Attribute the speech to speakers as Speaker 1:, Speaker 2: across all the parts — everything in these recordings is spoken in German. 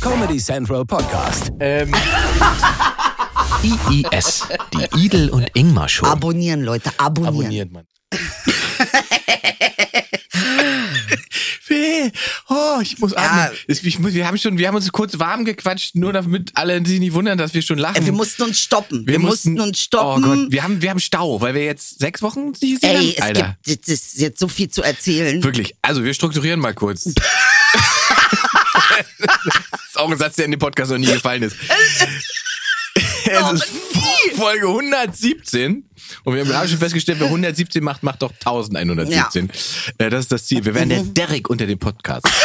Speaker 1: Comedy Central Podcast.
Speaker 2: Ähm,
Speaker 3: IIS, die Idel und Ingmar Show.
Speaker 4: Abonnieren, Leute, abonnieren.
Speaker 2: abonniert man.
Speaker 5: Weh. Oh, ich muss atmen. Es- Ich muss, wir, haben schon, wir haben uns kurz warm gequatscht, nur damit alle sich nicht wundern, dass wir schon lachen.
Speaker 4: Äh, Wir mussten uns stoppen. Wir, mussten, uns stoppen.
Speaker 5: Oh Gott, wir haben, wir haben Stau, weil wir jetzt sechs Wochen uns nicht gesehen haben.
Speaker 4: Ey, es
Speaker 5: Alter,
Speaker 4: gibt es ist jetzt so viel zu erzählen.
Speaker 5: wirklich. Also, wir strukturieren mal kurz. das ist auch ein Satz, der in dem Podcast noch nie gefallen ist.
Speaker 4: Oh,
Speaker 5: es ist Folge 117 und wir haben schon festgestellt, wer 117 macht, macht doch 1117. Äh, Das ist das Ziel. Wir werden
Speaker 4: Mhm.
Speaker 5: der Derek unter dem Podcast.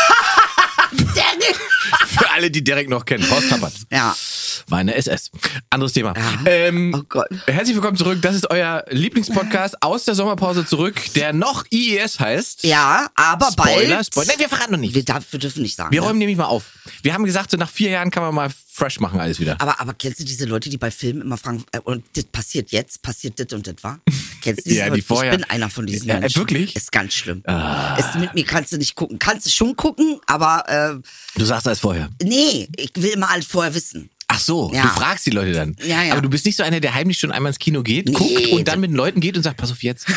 Speaker 5: Für alle, die Derek noch kennen. Horst Tappert.
Speaker 4: Ja.
Speaker 5: War eine SS. Anderes Thema. Ähm,
Speaker 4: Oh Gott.
Speaker 5: Herzlich willkommen zurück. Das ist euer Lieblingspodcast aus der Sommerpause zurück, der noch IES heißt.
Speaker 4: Ja, aber
Speaker 5: Spoiler,
Speaker 4: bald.
Speaker 5: Spoiler. Nein, wir verraten noch nicht.
Speaker 4: Wir, darf, wir dürfen nicht sagen.
Speaker 5: Wir
Speaker 4: ne?
Speaker 5: räumen nämlich mal auf. Wir haben gesagt, so nach vier Jahren kann man mal fresh machen alles wieder.
Speaker 4: aber, aber kennst du diese Leute, die bei Filmen immer fragen, äh, und das passiert jetzt, passiert das und das war? Kennst du diese
Speaker 5: Ja, die
Speaker 4: Leute?
Speaker 5: vorher-
Speaker 4: Ich bin einer von diesen
Speaker 5: Ja, äh,
Speaker 4: Menschen.
Speaker 5: wirklich? Ah.
Speaker 4: Ist ganz schlimm. Ist, mit mir kannst du nicht gucken. Kannst du schon gucken, aber
Speaker 5: Du sagst alles vorher.
Speaker 4: äh, nee, ich will immer alles vorher wissen.
Speaker 5: Ach so,
Speaker 4: Ja.
Speaker 5: du fragst die Leute dann.
Speaker 4: Ja, ja.
Speaker 5: Aber du bist nicht so einer, der heimlich schon einmal ins Kino geht,
Speaker 4: Nee.
Speaker 5: guckt und dann mit den Leuten geht und sagt, pass auf jetzt.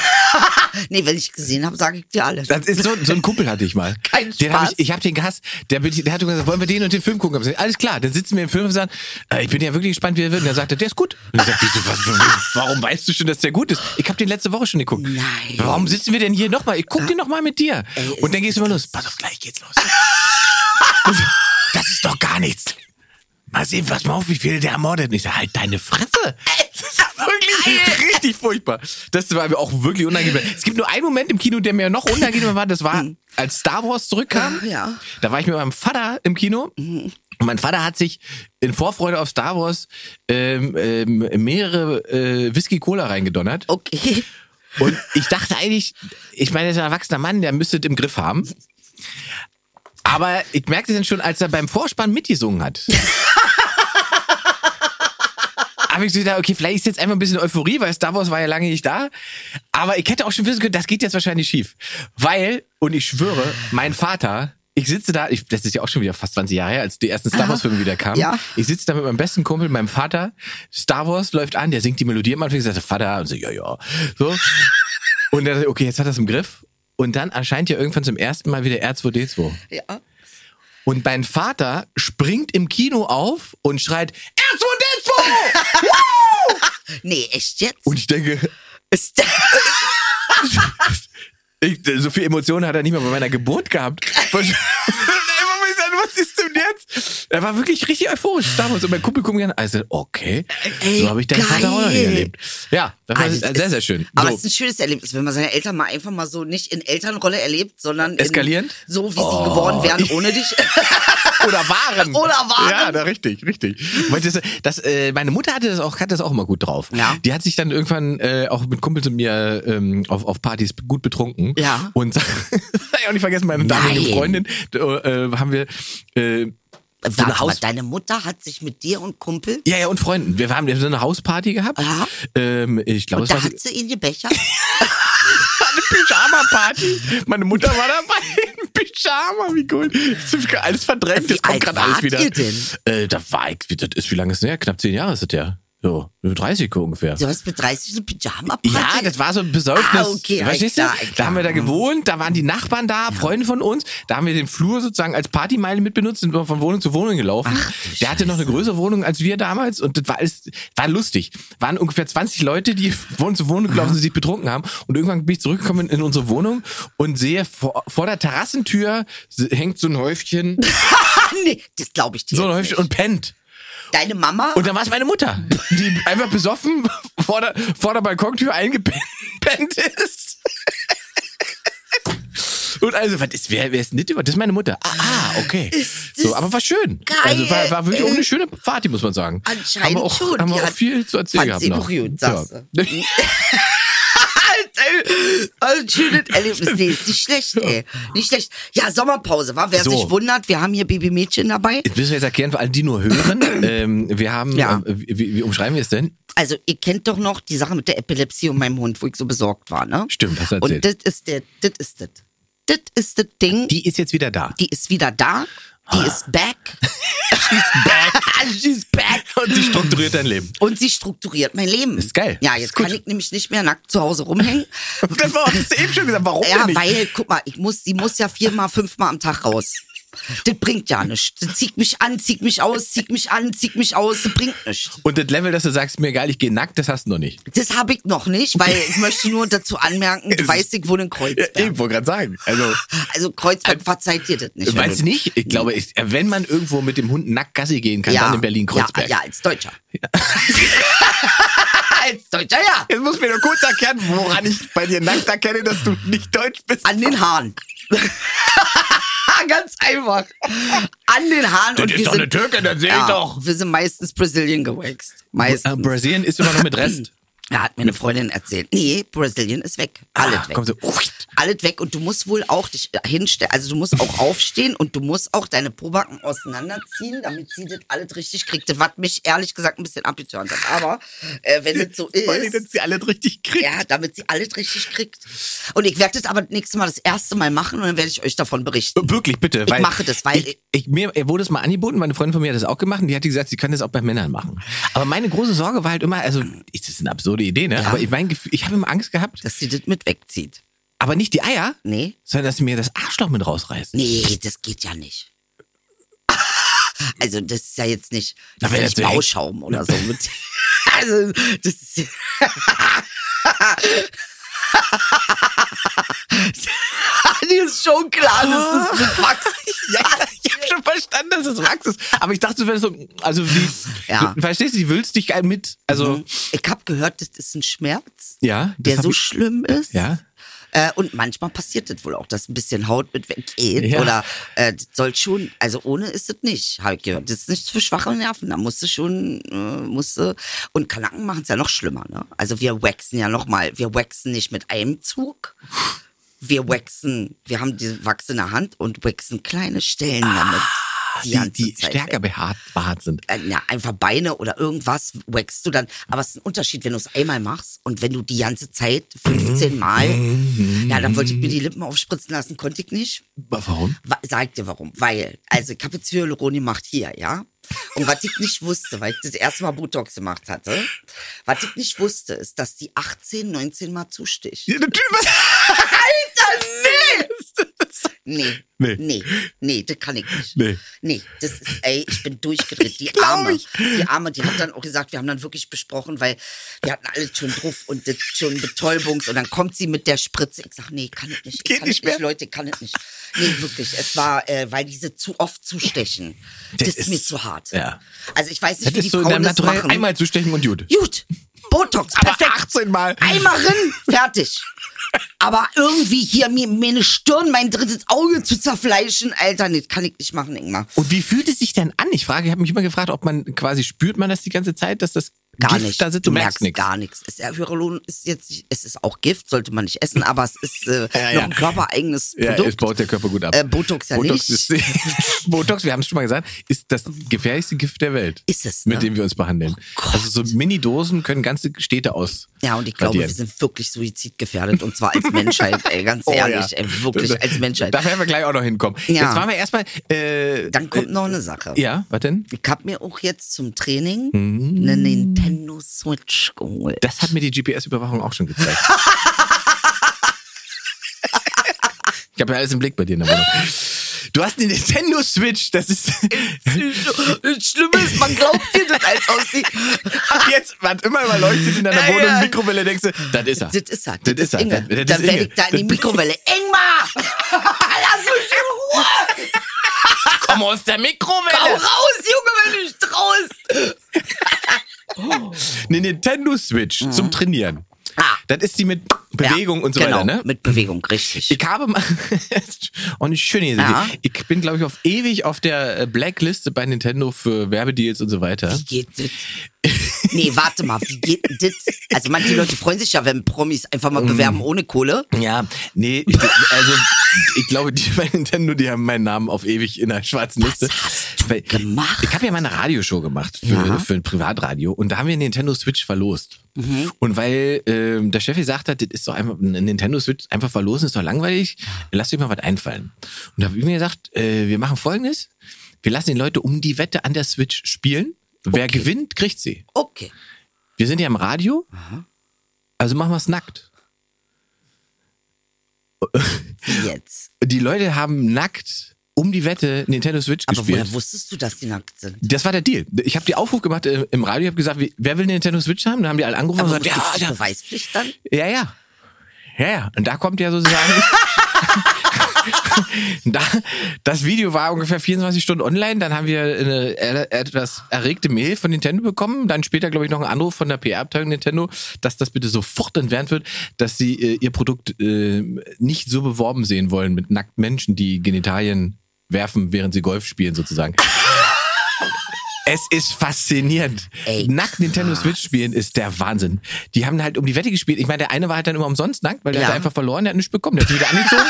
Speaker 4: Nee, wenn ich gesehen habe, sage ich dir alles.
Speaker 5: Das ist so, so ein Kumpel hatte ich mal.
Speaker 4: Kein
Speaker 5: Den hab
Speaker 4: Spaß.
Speaker 5: ich ich habe den gehasst. Der, bin ich- der hat gesagt, wollen wir den und den Film gucken? Hab ich gesagt, Alles klar, dann sitzen wir im Film und sagen, äh, ich bin ja wirklich gespannt, wie er wird. Und er sagte, der ist gut. Und ich sag, wieso, was, warum weißt du schon, dass der gut ist? Ich habe den letzte Woche schon geguckt.
Speaker 4: Nein. Äh,
Speaker 5: Warum sitzen wir denn hier nochmal? Ich guck den nochmal mit dir. und dann geht's immer los. Pass auf, gleich geht's los. Und so, das ist doch gar nichts. Mal sehen, pass mal auf, wie viele der ermordet. Und ich sag, halt deine Fresse. Wirklich richtig furchtbar. Das war mir auch wirklich unangenehm. Es gibt nur einen Moment im Kino, der mir noch unangenehmer war. Das war, als Star Wars zurückkam.
Speaker 4: Ja.
Speaker 5: Da war ich mit meinem Vater im Kino. Und mein Vater hat sich in Vorfreude auf Star Wars ähm, ähm, mehrere äh, Whisky-Cola reingedonnert.
Speaker 4: Okay.
Speaker 5: Und ich dachte eigentlich, ich meine, das ist ein erwachsener Mann, der müsste es im Griff haben. Aber ich merkte dann schon, als er beim Vorspann mitgesungen hat. Habe ich so gedacht, okay, vielleicht ist jetzt einfach ein bisschen Euphorie, weil Star Wars war ja lange nicht da. Aber ich hätte auch schon wissen können, das geht jetzt wahrscheinlich schief. Weil, und ich schwöre, mein Vater, ich sitze da, ich, das ist ja auch schon wieder fast 20 Jahre her, als die ersten Star Wars-Filme wieder kamen.
Speaker 4: Ja.
Speaker 5: Ich sitze da mit meinem besten Kumpel, meinem Vater. Star Wars läuft an, der singt die Melodie am Anfang. Ich sage, Vater, und so, ja, ja. So. Und er sagt, okay, jetzt hat er es im Griff. Und dann erscheint ja irgendwann zum ersten Mal wieder R2D2.
Speaker 4: Ja.
Speaker 5: Und mein Vater springt im Kino auf und schreit, R2D2!
Speaker 4: Nee, echt jetzt?
Speaker 5: und ich denke,
Speaker 4: Ist
Speaker 5: ich, so viel Emotionen hat er nicht mehr bei meiner Geburt gehabt. Versch- Einfach mal sagen, Was ist denn jetzt? Er war wirklich richtig euphorisch. Star Wars. Und mein Kumpel guckt mir an. Also, okay.
Speaker 4: Ey,
Speaker 5: so habe ich deinen Vater auch noch nie
Speaker 4: Äh, geil.
Speaker 5: erlebt. Ja, das war
Speaker 4: Also, es
Speaker 5: sehr,
Speaker 4: ist-
Speaker 5: sehr schön.
Speaker 4: Aber
Speaker 5: So.
Speaker 4: es ist ein schönes Erlebnis, wenn man seine Eltern mal einfach mal so nicht in Elternrolle erlebt, sondern in-
Speaker 5: Eskalierend? Oh.
Speaker 4: so wie sie geworden wären ohne dich.
Speaker 5: Oder waren.
Speaker 4: Oder waren.
Speaker 5: Ja, da, richtig, richtig. Weil Das, das, äh, meine Mutter hatte das auch, hatte das auch immer gut drauf.
Speaker 4: Ja.
Speaker 5: Die hat sich dann irgendwann äh, auch mit Kumpels und mir ähm, auf, auf Partys gut betrunken.
Speaker 4: Ja.
Speaker 5: Und sag ich auch nicht vergessen, meine damalige
Speaker 4: Nein.
Speaker 5: Freundin, äh, äh, haben wir äh, so
Speaker 4: Warte
Speaker 5: eine
Speaker 4: mal,
Speaker 5: Haus
Speaker 4: deine Mutter hat sich mit dir und Kumpel
Speaker 5: ja, ja, und Freunden. Wir haben wir haben so eine Hausparty gehabt.
Speaker 4: Ja.
Speaker 5: Ähm, ich glaube,
Speaker 4: und
Speaker 5: es war
Speaker 4: da
Speaker 5: so-
Speaker 4: hat sie ihn gebechert.
Speaker 5: war eine Pyjama-Party. Meine Mutter war dabei. Im Pyjama, wie cool. Das ist Alles verdrängt,
Speaker 4: Wie
Speaker 5: jetzt kommt
Speaker 4: alt
Speaker 5: gerade alles
Speaker 4: wart
Speaker 5: wieder.
Speaker 4: ihr denn?
Speaker 5: Äh, da war ich, wie- das ist, wie lange ist das her? Knapp zehn Jahre ist das ja. So, 30 ungefähr.
Speaker 4: Du hast mit 30 eine Pyjama-Party.
Speaker 5: Ja, das war so ein Besäufnis.
Speaker 4: Ah, okay,
Speaker 5: Verstehst du?
Speaker 4: klar,
Speaker 5: Da
Speaker 4: klar. Mhm.
Speaker 5: haben wir da gewohnt, da waren die Nachbarn da, Freunde von uns. Da haben wir den Flur sozusagen als Partymeile mitbenutzt, sind wir von Wohnung zu Wohnung gelaufen. Der hatte noch eine größere Wohnung als wir damals und das war alles, war lustig. Waren ungefähr 20 Leute, die von Wohnung zu Wohnung gelaufen sind, sich betrunken haben. Und irgendwann bin ich zurückgekommen in unsere Wohnung und sehe vor, vor der Terrassentür hängt so ein Häufchen,
Speaker 4: Ah, nee, das glaube ich dir.
Speaker 5: so ein
Speaker 4: jetzt
Speaker 5: Häufchen
Speaker 4: nicht.
Speaker 5: und pennt.
Speaker 4: Deine Mama?
Speaker 5: Und dann war es meine Mutter, die einfach besoffen vor der, vor der Balkontür eingepennt ist. Und also, was ist, wer, wer ist denn das? Das ist meine Mutter. Ah, ah, okay. So, aber war schön.
Speaker 4: geil.
Speaker 5: Also war, war wirklich auch
Speaker 4: Äh,
Speaker 5: eine schöne Party, muss man sagen.
Speaker 4: Anscheinend
Speaker 5: haben wir auch,
Speaker 4: schon.
Speaker 5: Haben wir
Speaker 4: Die
Speaker 5: auch
Speaker 4: hat-
Speaker 5: viel zu erzählen
Speaker 4: fand
Speaker 5: gehabt.
Speaker 4: sie
Speaker 5: noch.
Speaker 4: berühmt, sagst
Speaker 5: Ja.
Speaker 4: Ey, ein schönes Erlebnis. Nee, ist nicht schlecht, ey. Nicht schlecht. Ja, Sommerpause, war. Wer
Speaker 5: So.
Speaker 4: sich wundert, wir haben hier Babymädchen dabei.
Speaker 5: Jetzt müssen wir jetzt erklären, für alle, die nur hören. ähm, wir haben,
Speaker 4: Ja.
Speaker 5: ähm, wie, wie umschreiben wir es denn?
Speaker 4: Also, ihr kennt doch noch die Sache mit der Epilepsie und meinem Hund, wo ich so besorgt war, ne?
Speaker 5: Stimmt, hast du
Speaker 4: Und das
Speaker 5: erzählt.
Speaker 4: ist der, das ist das. Das ist das Ding.
Speaker 5: Die ist jetzt wieder da.
Speaker 4: die ist wieder da, die ist back.
Speaker 5: Ah. She's back.
Speaker 4: She's back.
Speaker 5: Und sie strukturiert dein Leben.
Speaker 4: Und sie strukturiert mein Leben.
Speaker 5: Ist geil.
Speaker 4: Ja,
Speaker 5: Ist
Speaker 4: jetzt
Speaker 5: gut.
Speaker 4: kann ich nämlich nicht mehr nackt zu Hause rumhängen.
Speaker 5: Das war, hast du eben schon gesagt. Warum
Speaker 4: ja,
Speaker 5: denn nicht?
Speaker 4: weil, guck mal, ich muss, sie muss ja viermal, fünfmal am Tag raus. Das bringt ja nichts. Das zieht mich an, zieht mich aus, zieht mich an, zieht mich aus. Das bringt nichts.
Speaker 5: Und das Level, dass du sagst, mir egal, ich gehe nackt, das hast du noch nicht.
Speaker 4: Das habe ich noch nicht, weil ich möchte nur dazu anmerken, du weißt, ich wohne in Kreuzberg.
Speaker 5: wollte gerade sagen. Also,
Speaker 4: Also Kreuzberg verzeiht dir das nicht. wenn
Speaker 5: weißt du nicht? Ich glaube, ich, äh, wenn man irgendwo mit dem Hund nackt Gassi gehen kann, dann in Berlin-Kreuzberg.
Speaker 4: Ja, ja, als Deutscher. als Deutscher, ja.
Speaker 5: Jetzt muss mir nur kurz erklären, woran ich bei dir nackt erkenne, dass du nicht deutsch bist.
Speaker 4: An den Haaren. Ganz einfach. An den Haaren.
Speaker 5: Das
Speaker 4: und
Speaker 5: ist
Speaker 4: wir
Speaker 5: doch
Speaker 4: sind,
Speaker 5: eine Türke, das seh ich doch.
Speaker 4: Wir sind meistens Brazilian gewächst.
Speaker 5: Äh,
Speaker 4: Meistens.
Speaker 5: Brasilien ist immer noch mit Rest.
Speaker 4: Ja, hat mir eine Freundin erzählt. Nee, Brazilian ist weg. Alles
Speaker 5: Ah,
Speaker 4: weg.
Speaker 5: komm so.
Speaker 4: Alles weg. Und du musst wohl auch dich hinstellen. Also du musst auch aufstehen und du musst auch deine Probacken auseinanderziehen, damit sie das alles richtig kriegt. Das was mich ehrlich gesagt ein bisschen abgeturnt hat. Aber äh, wenn es so
Speaker 5: Weil die
Speaker 4: ist.
Speaker 5: das sie alle richtig kriegt.
Speaker 4: Ja, damit sie alles richtig kriegt. Und ich werde das aber nächstes Mal das erste Mal machen und dann werde ich euch davon berichten.
Speaker 5: Äh, Wirklich, bitte.
Speaker 4: Ich mache das, weil-
Speaker 5: Ich, ich, mir wurde es mal angeboten, meine Freundin von mir hat das auch gemacht und die hat gesagt, sie können das auch bei Männern machen. Aber meine große Sorge war halt immer, also, ich- das ist eine absurde Idee, ne? Aber ich, mein Gefühl, ich habe immer Angst gehabt,
Speaker 4: Dass sie das mit wegzieht.
Speaker 5: aber nicht die Eier,
Speaker 4: Nee.
Speaker 5: sondern dass sie mir das Arschloch mit rausreißt.
Speaker 4: Nee, das geht ja nicht. Also, das ist ja jetzt nicht,
Speaker 5: Na,
Speaker 4: das ist
Speaker 5: wenn
Speaker 4: ja
Speaker 5: das
Speaker 4: nicht
Speaker 5: so hängt-
Speaker 4: Bauschaum oder so. Mit, also, das ist. Die ist schon klar, dass das mit Wachs.
Speaker 5: Ja, ich habe schon verstanden, dass es Wachs ist. Aber ich dachte, du wärst so, also, die,
Speaker 4: Ja.
Speaker 5: du, verstehst du, die willst dich mit, also,
Speaker 4: Ich habe gehört, das ist ein Schmerz,
Speaker 5: ja. das
Speaker 4: der
Speaker 5: hab
Speaker 4: so
Speaker 5: ich-
Speaker 4: schlimm ist.
Speaker 5: Ja.
Speaker 4: Äh, und manchmal passiert das wohl auch, dass ein bisschen Haut mit weggeht.
Speaker 5: Ja.
Speaker 4: Oder äh, das soll schon, also ohne ist das nicht, habe ich gehört. Das ist nicht für schwache Nerven. Da musst du schon, äh, musst du. Und Kanaken machen es ja noch schlimmer, ne? Also wir waxen ja nochmal, wir waxen nicht mit einem Zug. Wir waxen, wir haben diese wachsende Hand und waxen kleine Stellen damit. Die,
Speaker 5: Ah, Die,
Speaker 4: ganze
Speaker 5: die
Speaker 4: Zeit
Speaker 5: stärker behaart, behaart sind.
Speaker 4: äh, na, einfach Beine oder irgendwas wackst du dann. Aber es ist ein Unterschied, wenn du es einmal machst und wenn du die ganze Zeit 15 Mal, ja, dann wollte ich mir die Lippen aufspritzen lassen, konnte ich nicht.
Speaker 5: Warum?
Speaker 4: Wa- Sag dir warum. Weil, also ich habe jetzt Hyaluron gemacht hier, ja. Und was ich nicht wusste, weil ich das erste Mal Botox gemacht hatte, was ich nicht wusste, ist, dass die 18, 19 Mal zusticht.
Speaker 5: Ja, natürlich.
Speaker 4: Alter, nee! Nee,
Speaker 5: Nee.
Speaker 4: nee, nee, das kann ich nicht.
Speaker 5: Nee.
Speaker 4: Nee, das ist, ey, ich bin durchgedreht. Die Arme, die Arme, die hat dann auch gesagt, wir haben dann wirklich besprochen, weil wir hatten alles schon drauf und das schon Betäubungs- und dann kommt sie mit der Spritze. Ich sag, nee, kann ich nicht.
Speaker 5: Geht
Speaker 4: kann
Speaker 5: nicht
Speaker 4: ich nicht,
Speaker 5: mehr?
Speaker 4: Leute, kann ich nicht. Nee, wirklich, es war, äh, weil diese zu oft zustechen, das,
Speaker 5: Das
Speaker 4: ist
Speaker 5: ist-
Speaker 4: mir zu hart.
Speaker 5: ja.
Speaker 4: Also ich weiß nicht,
Speaker 5: Das
Speaker 4: wie die
Speaker 5: ist so in
Speaker 4: Frauen
Speaker 5: deinem
Speaker 4: das
Speaker 5: Naturell
Speaker 4: machen.
Speaker 5: einmal zu stechen und gut.
Speaker 4: Gut, Botox, perfekt.
Speaker 5: 18 Mal.
Speaker 4: Einmal rin, fertig. Aber irgendwie hier mir meine Stirn, mein drittes Auge zu zerfleischen, Alter, nee, kann ich nicht machen, Ingmar.
Speaker 5: Und wie fühlt es sich denn an? Ich frage, ich habe mich immer gefragt, ob man quasi spürt man das die ganze Zeit, dass das
Speaker 4: Gar
Speaker 5: Gift
Speaker 4: nicht.
Speaker 5: da sitzt, du, merkst nichts.
Speaker 4: gar nichts. Es, ja, Hyaluron ist jetzt, nicht, es ist auch Gift, sollte man nicht essen, aber es ist äh,
Speaker 5: Ja,
Speaker 4: noch
Speaker 5: ja.
Speaker 4: ein körpereigenes
Speaker 5: Ja,
Speaker 4: Produkt.
Speaker 5: es baut der Körper gut ab.
Speaker 4: Äh, Botox ja
Speaker 5: Botox
Speaker 4: nicht.
Speaker 5: Ist, Botox, wir haben es schon mal gesagt, ist das gefährlichste Gift der Welt.
Speaker 4: Ist es, ne?
Speaker 5: Mit dem wir uns behandeln.
Speaker 4: Gott.
Speaker 5: also so Mini-Dosen können ganze Städte aus.
Speaker 4: Ja, und ich glaube, wir
Speaker 5: radieren.
Speaker 4: sind wirklich suizidgefährdet und zwar als Menschheit, ey, ganz
Speaker 5: Oh,
Speaker 4: ehrlich,
Speaker 5: ja.
Speaker 4: ey, wirklich als Menschheit.
Speaker 5: Da werden wir gleich auch noch hinkommen.
Speaker 4: Ja.
Speaker 5: Jetzt waren wir erstmal. Äh,
Speaker 4: Dann kommt noch eine Sache.
Speaker 5: ja, was denn?
Speaker 4: Ich habe mir auch jetzt zum Training
Speaker 5: Mhm.
Speaker 4: eine Nintendo Switch geholt.
Speaker 5: Das hat mir die GPS-Überwachung auch schon gezeigt. ich habe ja alles im Blick bei dir in der Wohnung. Du hast eine Nintendo Switch, das ist.
Speaker 4: Das Schlimme ist, man glaubt dir das als aussieht.
Speaker 5: Ab jetzt, wann immer überleuchtet in deiner
Speaker 4: Ja,
Speaker 5: Wohnung
Speaker 4: ja.
Speaker 5: Mikrowelle, denkst du, das ist er.
Speaker 4: Das ist er.
Speaker 5: Das ist er.
Speaker 4: Inge.
Speaker 5: Das- das
Speaker 4: Dann
Speaker 5: ist
Speaker 4: werde
Speaker 5: Inge.
Speaker 4: ich da in die Mikrowelle. Ingmar! Lass mich in Ruhe!
Speaker 5: Komm aus der
Speaker 4: Hau
Speaker 5: Mikrowelle!
Speaker 4: raus, Junge, wenn du dich traust!
Speaker 5: Eine Nintendo Switch zum Trainieren.
Speaker 4: Ah.
Speaker 5: Das ist die mit Bewegung
Speaker 4: Ja,
Speaker 5: und so
Speaker 4: genau,
Speaker 5: weiter, ne?
Speaker 4: Mit Bewegung, richtig.
Speaker 5: Ich habe mal, auch eine schöne Idee.
Speaker 4: Ja.
Speaker 5: Ich bin, glaube ich, auf ewig auf der äh, Blackliste bei Nintendo für Werbedeals und so weiter.
Speaker 4: Wie geht das? Nee, warte mal, wie geht denn das? Also manche Leute freuen sich ja, wenn Promis einfach
Speaker 5: Mm.
Speaker 4: mal bewerben ohne Kohle.
Speaker 5: Ja, nee, ich, also ich glaube, die bei Nintendo, die haben meinen Namen auf ewig in der schwarzen Liste.
Speaker 4: hast du
Speaker 5: Weil-
Speaker 4: gemacht?
Speaker 5: Ich habe ja mal eine Radioshow gemacht für,
Speaker 4: Ja.
Speaker 5: für ein Privatradio und da haben wir eine Nintendo Switch verlost.
Speaker 4: Mhm.
Speaker 5: Und weil ähm, der Chef gesagt hat, das ist doch einfach eine Nintendo Switch einfach verlosen, ist doch langweilig, lass dir mal was einfallen. Und da habe ich mir gesagt, äh, wir machen folgendes. Wir lassen die Leute um die Wette an der Switch spielen. Wer gewinnt, kriegt sie.
Speaker 4: Okay.
Speaker 5: Wir sind ja im Radio. Also machen wir es nackt.
Speaker 4: Wie Jetzt.
Speaker 5: Die Leute haben nackt um die Wette Nintendo Switch
Speaker 4: Aber
Speaker 5: gespielt.
Speaker 4: woher wusstest du, dass die nackt sind?
Speaker 5: Das war der Deal. Ich habe die Aufruf gemacht äh, im Radio, ich habe gesagt, wie- wer will eine Nintendo Switch haben? Dann haben die alle angerufen und
Speaker 4: Aber
Speaker 5: gesagt,
Speaker 4: gibt
Speaker 5: ja,
Speaker 4: es
Speaker 5: ja,
Speaker 4: Beweispflicht dann?
Speaker 5: Ja, ja. Ja, ja. Und da kommt ja sozusagen. da, das Video war ungefähr 24 Stunden online. Dann haben wir eine er- etwas erregte Mail von Nintendo bekommen. Dann später, glaube ich, noch einen Anruf von der PR-Abteilung Nintendo, dass das bitte sofort entfernt wird, dass sie äh, ihr Produkt äh, nicht so beworben sehen wollen mit nackten Menschen, die Genitalien werfen, während sie Golf spielen, sozusagen. Es ist faszinierend.
Speaker 4: Ey,
Speaker 5: Nackt Nintendo Switch spielen ist der Wahnsinn. Die haben halt um die Wette gespielt. Ich meine, der eine war halt dann immer umsonst nackt, weil der
Speaker 4: Ja.
Speaker 5: hat einfach verloren, der hat nichts bekommen. Der hat sich wieder angezogen,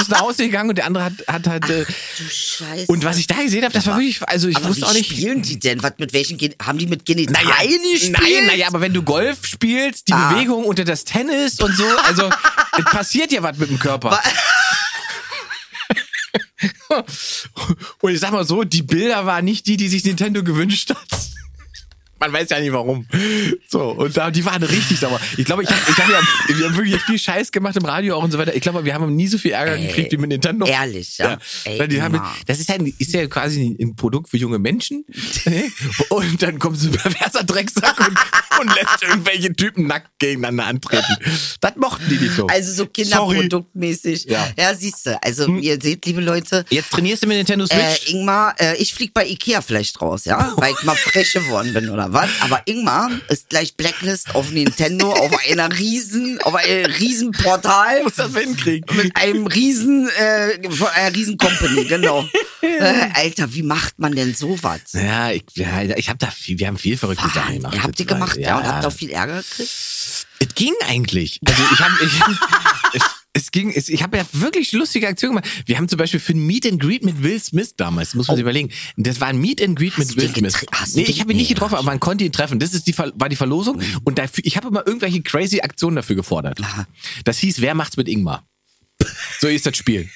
Speaker 5: ist nach Hause gegangen und der andere hat, hat halt. äh,
Speaker 4: Du Scheiße.
Speaker 5: und was ich da gesehen habe, das war wirklich. Also ich
Speaker 4: aber
Speaker 5: wusste
Speaker 4: wie
Speaker 5: auch nicht.
Speaker 4: spielen die denn? Was mit welchen Gen haben die mit Genitalien gespielt?
Speaker 5: nein, naja, aber wenn du Golf spielst, die Bewegung unter das Tennis und so, also es passiert ja was mit dem Körper. und ich sag mal so, die Bilder waren nicht die, die sich Nintendo gewünscht hat. Man weiß ja nicht warum. So, und da, die waren richtig sauer. Ich glaube, ich hab, ich hab, wir, haben, wir haben wirklich viel Scheiß gemacht im Radio auch und so weiter. Ich glaube, wir haben nie so viel Ärger gekriegt wie mit Nintendo.
Speaker 4: ehrlich, ja. Ey,
Speaker 5: Weil die haben,
Speaker 4: Mann.
Speaker 5: das ist, halt, ist ja quasi ein Produkt für junge Menschen. ne? und dann kommt so ein perverser Drecksack und, und lässt irgendwelche Typen nackt gegeneinander antreten. Das mochten die nicht so.
Speaker 4: Also so kinderproduktmäßig.
Speaker 5: Ja.
Speaker 4: ja siehst du. Also ihr seht, liebe Leute,
Speaker 5: Jetzt trainierst du mit Nintendo
Speaker 4: äh,
Speaker 5: Switch.
Speaker 4: Ingmar, äh, ich flieg bei Ikea vielleicht raus, ja, weil ich mal frech geworden bin oder was. Aber Ingmar ist gleich Blacklist auf Nintendo, auf einer riesen, auf einem riesen Portal.
Speaker 5: muss das hinkriegen.
Speaker 4: mit einem riesen, äh, von einer riesen Company, genau. äh, Alter, wie macht man denn sowas?
Speaker 5: Ja, ich, ja, ich hab da viel, wir haben viel verrückte Sachen
Speaker 4: Wahnsinn.
Speaker 5: gemacht.
Speaker 4: Ah, Ihr habt die
Speaker 5: jetzt mal.
Speaker 4: gemacht, ja, und habt auch viel Ärger gekriegt.
Speaker 5: Es ging eigentlich. Also ich habe ich, es, es ging, es, ich habe ja wirklich lustige Aktionen gemacht. Wir haben zum Beispiel für ein Meet and Greet mit Will Smith damals, muss man sich überlegen. Das war ein Meet and Greet
Speaker 4: du
Speaker 5: mit Will
Speaker 4: den
Speaker 5: Smith.
Speaker 4: getre- Oh. hast du
Speaker 5: Nee,
Speaker 4: den-
Speaker 5: ich habe ihn nicht
Speaker 4: Nee, Mhm.
Speaker 5: getroffen, aber man konnte ihn treffen. Das ist die, Ver- war die Verlosung und dafür, ich habe immer irgendwelche crazy Aktionen dafür gefordert. Das hieß, wer macht's mit Ingmar? So ist das Spiel.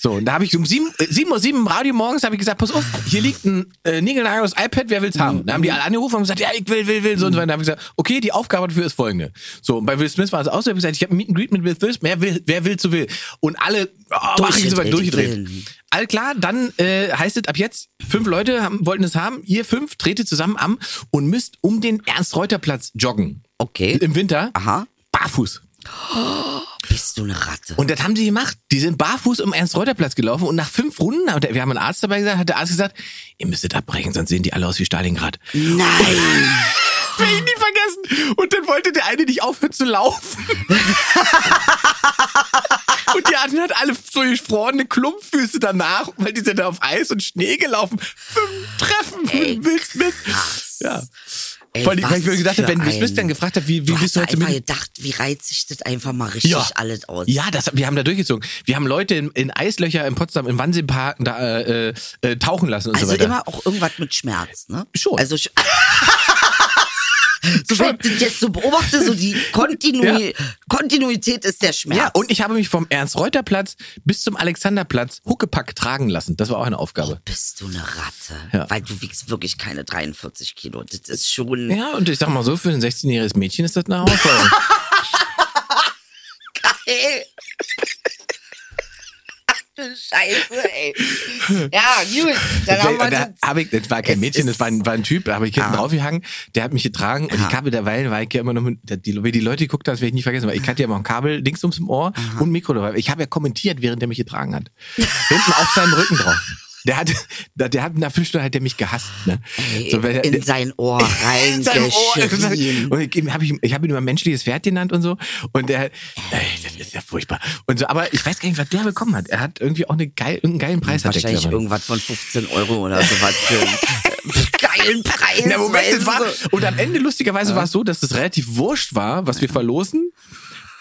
Speaker 5: So, und da habe ich um 7 äh, 7 Uhr 7 im Radio morgens habe ich gesagt, pass auf, hier liegt ein äh, niegelnagelndes iPad, wer will's haben? Da haben die alle angerufen und gesagt, ja, ich will, will, will so und so. Und dann habe ich gesagt, okay, die Aufgabe dafür ist folgende. So, und bei Will Smith war es auch so, ich habe gesagt, ich habe ein Meet and Greet mit Will Smith, wer will, wer will zu will. Und alle oh, mach ich so weit
Speaker 4: Durchgedreht,
Speaker 5: durchgedreht.
Speaker 4: die Willen.
Speaker 5: All klar, dann äh, heißt es ab jetzt, fünf Leute haben, wollten es haben, ihr fünf tretet zusammen am und müsst um den Ernst-Reuter-Platz joggen.
Speaker 4: Okay.
Speaker 5: Im Winter.
Speaker 4: Aha.
Speaker 5: Barfuß.
Speaker 4: Oh, Bist du eine Ratte?
Speaker 5: Und das haben sie gemacht. Die sind barfuß um Ernst-Reuter-Platz gelaufen und nach fünf Runden, und wir haben einen Arzt dabei gesagt, hat der Arzt gesagt, ihr müsstet abbrechen, sonst sehen die alle aus wie Stalingrad.
Speaker 4: Nein!
Speaker 5: Will ich nie vergessen. Und dann wollte der eine nicht aufhören zu laufen. und die hatten halt alle so gefrorene Klumpfüße danach, weil die sind da auf Eis und Schnee gelaufen. Fünf Treffen mit Will Smith. Ja.
Speaker 4: Ey,
Speaker 5: Vor allem, weil
Speaker 4: was
Speaker 5: ich mir gedacht habe,
Speaker 4: für
Speaker 5: wenn Will Smith
Speaker 4: ein-
Speaker 5: dann gefragt hat, wie, wie
Speaker 4: du
Speaker 5: bist du
Speaker 4: hast
Speaker 5: heute
Speaker 4: einfach
Speaker 5: mit
Speaker 4: gedacht, wie reizt sich das einfach mal richtig alles aus?
Speaker 5: Ja, das, wir haben da durchgezogen. Wir haben Leute in, in Eislöcher in Potsdam im Wannseepark da, äh, äh, tauchen lassen und
Speaker 4: Also
Speaker 5: so weiter.
Speaker 4: immer auch irgendwas mit Schmerz, ne?
Speaker 5: Schon.
Speaker 4: Also sch- so wenn ich das jetzt so beobachte, so die Kontinui Kontinuität ist der Schmerz.
Speaker 5: ja, und ich habe mich vom Ernst-Reuter-Platz bis zum Alexanderplatz Huckepack tragen lassen. Das war auch eine Aufgabe.
Speaker 4: bist du eine Ratte,
Speaker 5: Ja.
Speaker 4: weil du wiegst wirklich keine 43 Kilo. Das ist schon
Speaker 5: Ja, und ich sag mal so, für ein 16-jähriges Mädchen ist das eine Herausforderung.
Speaker 4: Ey. Ach du Scheiße, ey. Ja, gut. Dann haben wir
Speaker 5: da
Speaker 4: das.
Speaker 5: hab ich, das war kein
Speaker 4: Es
Speaker 5: Mädchen, das
Speaker 4: ist- Ah.
Speaker 5: war ein, war ein Typ, da habe ich hinten draufgehangen, der hat mich getragen und ich habe derweil, weil ich ja immer noch mit, der- die, wie die Leute geguckt haben, das werde ich nie vergessen, weil ich hatte ja immer ein Kabel links ums Ohr und ein Mikro dabei. Ich habe ja kommentiert, während der mich getragen hat. Hinten auf seinem Rücken drauf. Der hat, der, der hat in der Viertelstunde hat der mich gehasst, ne? So, weil der-
Speaker 4: in
Speaker 5: der-
Speaker 4: sein Ohr
Speaker 5: in seinem Ohr.
Speaker 4: reingeschrien.
Speaker 5: Und ich habe ich, ich hab ihn immer menschliches Pferd genannt und so. Und er, ey, das ist ja furchtbar. Und so, aber ich weiß gar nicht, was der bekommen hat. Er hat irgendwie auch eine geil, irgendeinen geilen Preis. hat der
Speaker 4: Wahrscheinlich
Speaker 5: Clever.
Speaker 4: irgendwas von 15 Euro oder sowas für einen geilen Preis.
Speaker 5: Na, Moment,
Speaker 4: weißt
Speaker 5: das war,
Speaker 4: du, so.
Speaker 5: und am Ende lustigerweise war es so, dass es relativ wurscht war, was wir verlosen.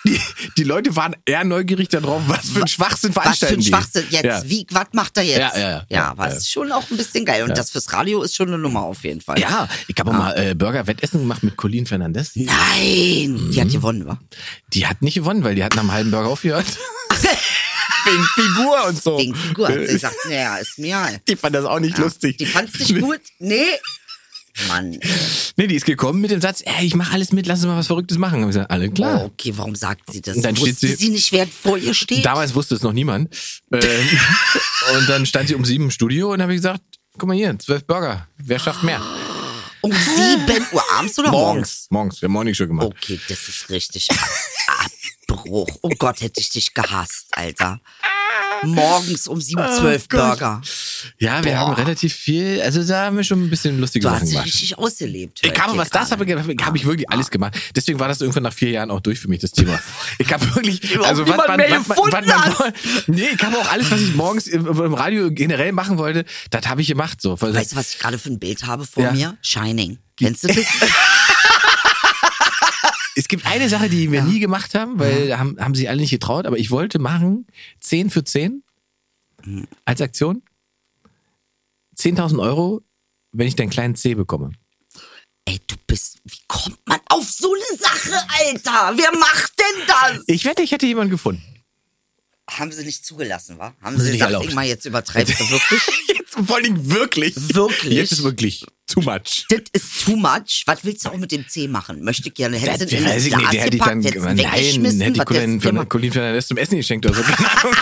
Speaker 5: Die, die Leute waren eher neugierig darauf, was für ein Schwachsinn
Speaker 4: Was für
Speaker 5: veranstalten
Speaker 4: ein
Speaker 5: die.
Speaker 4: Schwachsinn jetzt.
Speaker 5: Ja.
Speaker 4: Wie, was macht er jetzt?
Speaker 5: Ja, ja, ja.
Speaker 4: ja aber
Speaker 5: Ja.
Speaker 4: es ist schon auch ein bisschen geil. Und das fürs Radio ist schon eine Nummer auf jeden Fall.
Speaker 5: Ja, ich
Speaker 4: Ah.
Speaker 5: habe auch mal äh, Burger-Wettessen gemacht mit Colleen Fernandes. Mhm.
Speaker 4: Nein! Die hat gewonnen, wa?
Speaker 5: Die hat nicht gewonnen, weil die hat nach einem halben Burger aufgehört. Wegen Figur und so.
Speaker 4: Wegen Figur. Hat sie gesagt, naja, ist mir halt.
Speaker 5: Die fand das auch nicht lustig.
Speaker 4: Die fand's nicht gut. Nee. Mann.
Speaker 5: Nee, die ist gekommen mit dem Satz, ey, ich mache alles mit, lass uns mal was Verrücktes machen. Und wir sagen, alle klar.
Speaker 4: Okay, warum sagt sie das?
Speaker 5: Ah. Und dann steht
Speaker 4: Wusste
Speaker 5: sie-
Speaker 4: sie nicht, wer vor ihr steht?
Speaker 5: Damals wusste es noch niemand. Ähm, und dann stand sie um sieben im Studio und habe ich gesagt, guck mal hier, zwölf Burger. Wer schafft mehr?
Speaker 4: um 7 Uhr abends oder morgens?
Speaker 5: Morgens. Wir haben Morning Show gemacht.
Speaker 4: Okay, das ist richtig Abbruch. Oh Gott, hätte ich dich gehasst, Alter. Morgens um
Speaker 5: Oh
Speaker 4: 7.12 Burger.
Speaker 5: Ja, wir haben relativ viel, also da haben wir schon ein bisschen lustige
Speaker 4: Du
Speaker 5: Sachen
Speaker 4: hast dich
Speaker 5: gemacht.
Speaker 4: richtig ausgelebt.
Speaker 5: Ich habe,
Speaker 4: heute
Speaker 5: was das habe,
Speaker 4: gerade.
Speaker 5: habe ich wirklich alles gemacht. Deswegen war das irgendwann nach vier Jahren auch durch für mich, das Thema. Ich habe wirklich,
Speaker 4: Überhaupt
Speaker 5: also was
Speaker 4: niemand
Speaker 5: man,
Speaker 4: mehr
Speaker 5: was, man- was
Speaker 4: gefunden
Speaker 5: man,
Speaker 4: hast.
Speaker 5: nee, ich habe auch alles, was ich morgens im, im Radio generell machen wollte, das habe ich gemacht, so.
Speaker 4: Weißt du, was ich gerade für ein Bild habe vor
Speaker 5: Ja.
Speaker 4: mir? Shining. Kennst du das?
Speaker 5: Es gibt eine Sache, die wir nie gemacht haben, weil da haben, haben sie alle nicht getraut, aber ich wollte machen 10 für 10 als Aktion. 10.000 Euro, wenn ich deinen kleinen C bekomme.
Speaker 4: Ey, du bist. Wie kommt man auf so eine Sache, Alter? Wer macht denn das?
Speaker 5: Ich wette, ich hätte jemanden gefunden.
Speaker 4: Haben sie nicht zugelassen, wa? Haben
Speaker 5: sie
Speaker 4: sie
Speaker 5: nicht
Speaker 4: gesagt,
Speaker 5: erlaubt.
Speaker 4: Ingmar, jetzt übertreibst du wirklich?
Speaker 5: Jetzt, vor allem wirklich.
Speaker 4: Wirklich?
Speaker 5: Jetzt ist wirklich too much.
Speaker 4: Das ist too much. Was willst du auch mit dem C machen? Möchte ich gerne. Hättest du
Speaker 5: Das
Speaker 4: den in
Speaker 5: weiß
Speaker 4: Also das
Speaker 5: ich
Speaker 4: Glas
Speaker 5: nicht, der hätte ich dann,
Speaker 4: gepackt, hättest
Speaker 5: nein,
Speaker 4: ihn weggeschmissen?
Speaker 5: hätte ich
Speaker 4: was hättest
Speaker 5: Colin,
Speaker 4: du gemacht?
Speaker 5: Fern- Colin Fernandez zum Essen geschenkt oder so, keine Ahnung.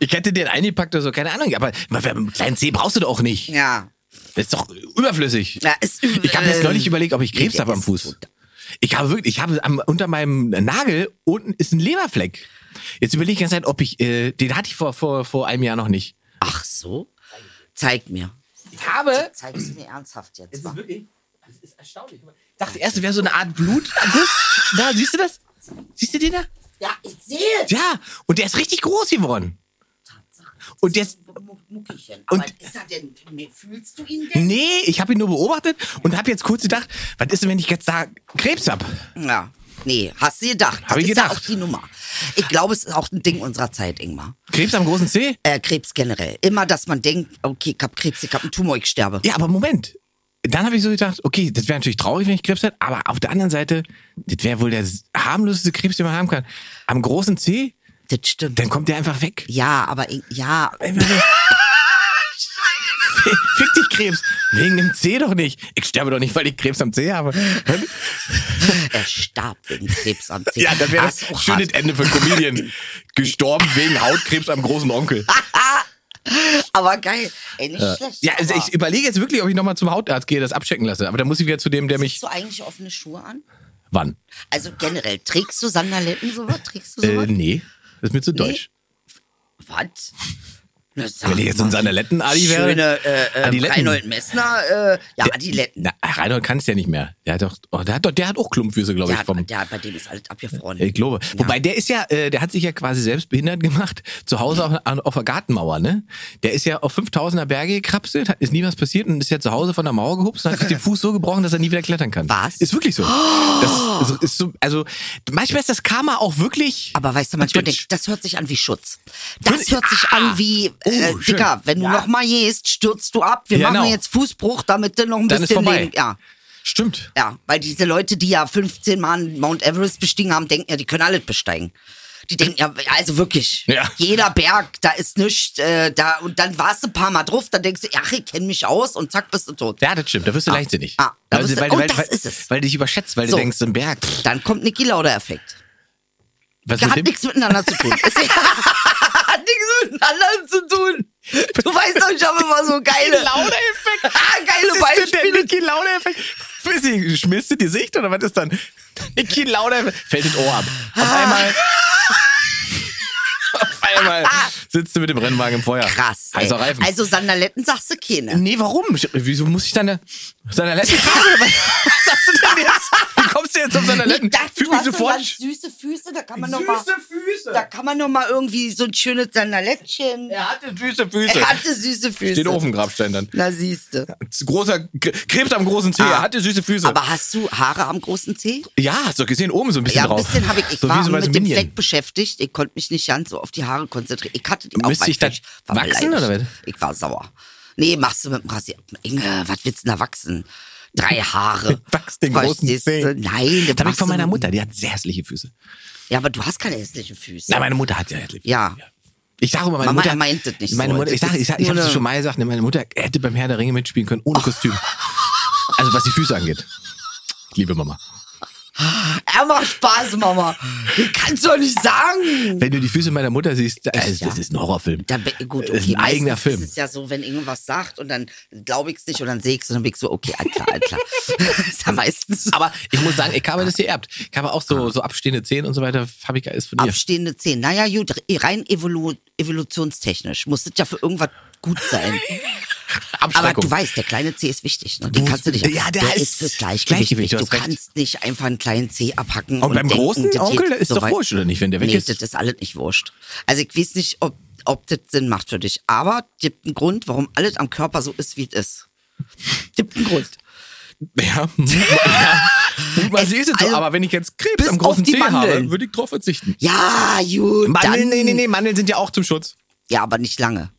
Speaker 5: ich hätte den eingepackt oder so, keine Ahnung, aber mit einem kleinen C brauchst du doch auch nicht.
Speaker 4: Ja.
Speaker 5: Das ist doch überflüssig.
Speaker 4: Ja, ist übel.
Speaker 5: ich habe jetzt neulich überlegt, ob ich Krebs
Speaker 4: Ähm, Nee,
Speaker 5: habe am
Speaker 4: ist
Speaker 5: Fuß.
Speaker 4: gut.
Speaker 5: Ich habe wirklich, ich habe am, unter meinem Nagel unten ist ein Leberfleck. Jetzt überlege ich die ganze Zeit, ob ich, äh, den hatte ich vor, vor, vor einem Jahr noch nicht.
Speaker 4: Ach so? Zeig mir.
Speaker 5: Ich habe,
Speaker 4: Zeig es mir ernsthaft jetzt. wa?
Speaker 5: wirklich, das ist erstaunlich. Ich dachte erst, es wäre so eine Art Bluterguss. da, siehst du das? Siehst du den da?
Speaker 4: Ja, ich sehe es.
Speaker 5: Ja, und der ist richtig groß geworden. Und jetzt,
Speaker 4: Mu- Muckichen. Aber
Speaker 5: Und-
Speaker 4: ist er denn, fühlst du ihn denn?
Speaker 5: nee, ich habe ihn nur beobachtet und habe jetzt kurz gedacht, was ist denn, wenn ich jetzt da Krebs habe?
Speaker 4: Ja. Nee, hast du gedacht. Das
Speaker 5: Hab ich
Speaker 4: ist
Speaker 5: gedacht.
Speaker 4: Ja auch die Nummer. Ich glaube, es ist auch ein Ding unserer Zeit, Ingmar.
Speaker 5: Krebs am großen C?
Speaker 4: Äh, Krebs generell. Immer, dass man denkt, okay, ich hab Krebs, ich hab einen Tumor, ich sterbe.
Speaker 5: Ja, aber Moment. Dann habe ich so gedacht, okay, das wäre natürlich traurig, wenn ich Krebs hätte, aber auf der anderen Seite, das wäre wohl der harmloseste Krebs, den man haben kann. Am großen C,
Speaker 4: Das stimmt.
Speaker 5: dann kommt der einfach weg.
Speaker 4: Ja, aber Ing- ja,
Speaker 5: Ähm. Fick dich, Krebs. Wegen dem C doch nicht. Ich sterbe doch nicht, weil ich Krebs am C habe.
Speaker 4: er starb wegen Krebs am Zeh.
Speaker 5: Ja, das wäre
Speaker 4: Ach, oh,
Speaker 5: das
Speaker 4: so hart.
Speaker 5: schöne Ende für Comedian. Gestorben wegen Hautkrebs am großen Onkel.
Speaker 4: Aber geil. Ey, nicht schlecht.
Speaker 5: Ja, also
Speaker 4: aber-
Speaker 5: ich überlege jetzt wirklich, ob ich nochmal zum Hautarzt gehe, das abchecken lasse. Aber dann muss ich wieder zu dem, der mich...
Speaker 4: Hast du eigentlich offene Schuhe an?
Speaker 5: Wann?
Speaker 4: Also generell, trägst du Sandaletten sowas? Trägst du
Speaker 5: Äh,
Speaker 4: sowas?
Speaker 5: nee, das ist mir zu deutsch.
Speaker 4: Was? Na, sag
Speaker 5: Wenn ich jetzt in
Speaker 4: mal.
Speaker 5: Sandaletten-Adi wäre...
Speaker 4: Schöne äh, äh,
Speaker 5: Adiletten.
Speaker 4: Reinhold Messner, äh, ja, Adiletten.
Speaker 5: Na, ach, Reinhold kann es ja nicht mehr. Der hat doch, oh, der hat doch, der hat auch Klumpfüße, glaube
Speaker 4: Der
Speaker 5: ich,
Speaker 4: hat,
Speaker 5: vom.
Speaker 4: der hat bei dem ist alles abgefroren.
Speaker 5: Ich glaube. Wobei der ist ja, äh, der hat sich ja quasi selbst behindert gemacht, zu Hause auf, an- auf der Gartenmauer, ne? Der ist ja auf 5000er Berge gekrapselt, hat, ist nie was passiert und ist ja zu Hause von der Mauer gehupst und hat sich den Fuß so gebrochen, dass er nie wieder klettern kann.
Speaker 4: Was? Oh!
Speaker 5: Ist wirklich so. Das ist, ist so, also, manchmal ist das Karma auch wirklich.
Speaker 4: Aber weißt du, manchmal denke ich, das hört sich an wie Schutz. Das hört sich an wie, äh,
Speaker 5: Oh, schön.
Speaker 4: Dicker, wenn du
Speaker 5: Ja.
Speaker 4: noch mal jähst, stürzt du ab. Wir
Speaker 5: Ja,
Speaker 4: machen
Speaker 5: genau.
Speaker 4: jetzt Fußbruch, damit du noch ein
Speaker 5: Dann ist
Speaker 4: bisschen...
Speaker 5: vorbei.
Speaker 4: leben- ja.
Speaker 5: Stimmt.
Speaker 4: Ja, weil diese Leute, die ja 15 Mal Mount Everest bestiegen haben, denken ja, die können alles besteigen. Die denken ja, also wirklich,
Speaker 5: Ja.
Speaker 4: jeder Berg, da ist nichts, äh, da, und dann warst du ein paar Mal drauf, dann denkst du, ach, ich kenne mich aus und zack, bist du tot.
Speaker 5: Ja, das stimmt. Da wirst du leichtsinnig.
Speaker 4: Ah, da
Speaker 5: weil,
Speaker 4: wirst du-
Speaker 5: weil,
Speaker 4: oh,
Speaker 5: weil,
Speaker 4: das
Speaker 5: weil,
Speaker 4: ist es.
Speaker 5: weil du dich überschätzt, weil
Speaker 4: So.
Speaker 5: du denkst, im Berg. Pff,
Speaker 4: Dann kommt Niki Lauda-Effekt.
Speaker 5: was
Speaker 4: Das
Speaker 5: mit
Speaker 4: hat
Speaker 5: dem?
Speaker 4: nichts miteinander zu tun. Ist- hat nichts miteinander zu tun. Du weißt doch, ich habe immer so geile, Ah,
Speaker 5: Lauder-Effekt.
Speaker 4: geile
Speaker 5: Was ist denn der
Speaker 4: Beispiele.
Speaker 5: Niki Lauda-Effekt? Weiß ich, Schmilzt dir die Sicht oder was ist dann? Niki Lauda fällt das Ohr ab. Auf einmal. auf einmal sitzt du mit dem Rennwagen im Feuer.
Speaker 4: Krass. ey.
Speaker 5: Heißer Reifen.
Speaker 4: Also Sandaletten sagst du keine.
Speaker 5: nee, warum? Wieso muss ich deine, deine letzte Frage? Was sagst du denn jetzt? Wie kommst du jetzt auf seine letzten?
Speaker 4: Ich dachte,
Speaker 5: Fühl
Speaker 4: du
Speaker 5: mich
Speaker 4: hast so
Speaker 5: sofort.
Speaker 4: ganz süße Füße, da kann man noch mal, Füße. Da kann man noch mal irgendwie so ein schönes Sandalettchen.
Speaker 5: Er hatte süße Füße.
Speaker 4: Er hatte süße Füße.
Speaker 5: Den Ofengrabstein dann.
Speaker 4: Na siehste.
Speaker 5: Großer K- Krebs am großen Zeh. Er hatte süße Füße.
Speaker 4: Aber hast du Haare am großen Zeh?
Speaker 5: ja, hast du gesehen, oben so ein bisschen
Speaker 4: Ja, ein
Speaker 5: drauf.
Speaker 4: bisschen habe ich. Ich
Speaker 5: so
Speaker 4: war
Speaker 5: wie so bei
Speaker 4: mit dem
Speaker 5: Minion.
Speaker 4: Fleck beschäftigt. Ich konnte mich nicht ganz so auf die Haare konzentrieren. Ich hatte die auch
Speaker 5: Müsste ich
Speaker 4: weit weg.
Speaker 5: das
Speaker 4: War
Speaker 5: wachsen,
Speaker 4: beleidigt.
Speaker 5: oder was?
Speaker 4: Ich war sauer. Nee, machst du mit dem Rasier. Inge, was willst du denn da wachsen? Drei Haare.
Speaker 5: Wachs den großen
Speaker 4: Verstehst
Speaker 5: Zeh.
Speaker 4: du? Nein,
Speaker 5: Das habe ich
Speaker 4: machst du
Speaker 5: von meiner
Speaker 4: mit-
Speaker 5: Mutter, die hat sehr hässliche Füße.
Speaker 4: Ja, aber du hast keine hässlichen Füße.
Speaker 5: Nein, meine Mutter hat ja hässliche Füße.
Speaker 4: Ja.
Speaker 5: Ich sage immer, meine
Speaker 4: Mama,
Speaker 5: Mutter
Speaker 4: er meint das nicht
Speaker 5: meine
Speaker 4: so.
Speaker 5: Mutter, ich
Speaker 4: Das
Speaker 5: sage, ich,
Speaker 4: ist
Speaker 5: sag, ich
Speaker 4: nur Oh.
Speaker 5: habe es
Speaker 4: eine-
Speaker 5: schon mal gesagt, ne, meine Mutter hätte beim Herr der Ringe mitspielen können ohne Kostüm. also was die Füße angeht. Liebe Mama.
Speaker 4: Er macht Spaß, Mama. Das kannst du doch nicht sagen.
Speaker 5: Wenn du die Füße meiner Mutter siehst, also, das
Speaker 4: Mhm. ja?
Speaker 5: ist ein Horrorfilm.
Speaker 4: Da, be- gut, okay,
Speaker 5: das ist ein eigener
Speaker 4: meistens
Speaker 5: Film.
Speaker 4: Ist es ja so, wenn irgendwas sagt und dann glaube ich es nicht und dann sehe ich es und dann bin ich so, okay, alles klar, alles klar. Das ist ja Ah. meistens.
Speaker 5: Aber ich muss sagen, ich habe das geerbt. Ich habe auch so, so abstehende Zähne und so weiter. Habe ich alles von dir.
Speaker 4: Abstehende Zehen. Naja, gut, rein evolu evolutionstechnisch muss das ja für irgendwas gut sein. Aber du weißt, der kleine C ist wichtig. Ne? Den
Speaker 5: Du-
Speaker 4: kannst du nicht.
Speaker 5: Ja, der ist
Speaker 4: ist fürs Gleichgewicht.
Speaker 5: Gleichgewicht, du
Speaker 4: wichtig. Du
Speaker 5: hast recht.
Speaker 4: kannst nicht einfach einen kleinen C abhacken.
Speaker 5: Und beim
Speaker 4: denken,
Speaker 5: großen
Speaker 4: das
Speaker 5: Onkel,
Speaker 4: geht
Speaker 5: der ist doch
Speaker 4: soweit.
Speaker 5: wurscht, oder nicht, wenn der weg
Speaker 4: nee,
Speaker 5: ist?
Speaker 4: das ist alles nicht wurscht. Also ich weiß nicht, ob, ob das Sinn macht für dich. Aber es gibt einen Grund, warum alles am Körper so ist, wie es ist. Es gibt einen Grund.
Speaker 5: Ja. ja. Man sieht es so,
Speaker 4: also,
Speaker 5: aber wenn ich jetzt Krebs
Speaker 4: bis
Speaker 5: am
Speaker 4: auf
Speaker 5: großen
Speaker 4: die
Speaker 5: Zeh habe,
Speaker 4: Mandeln.
Speaker 5: würde ich drauf verzichten.
Speaker 4: Ja, gut.
Speaker 5: Mandeln,
Speaker 4: dann,
Speaker 5: nee, nee, nee, Mandeln sind ja auch zum Schutz.
Speaker 4: Ja, aber nicht lange.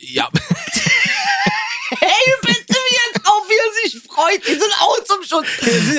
Speaker 5: Ja.
Speaker 4: Ey, bitte wie jetzt auf, wie er sich freut. Die sind auch zum Schutz.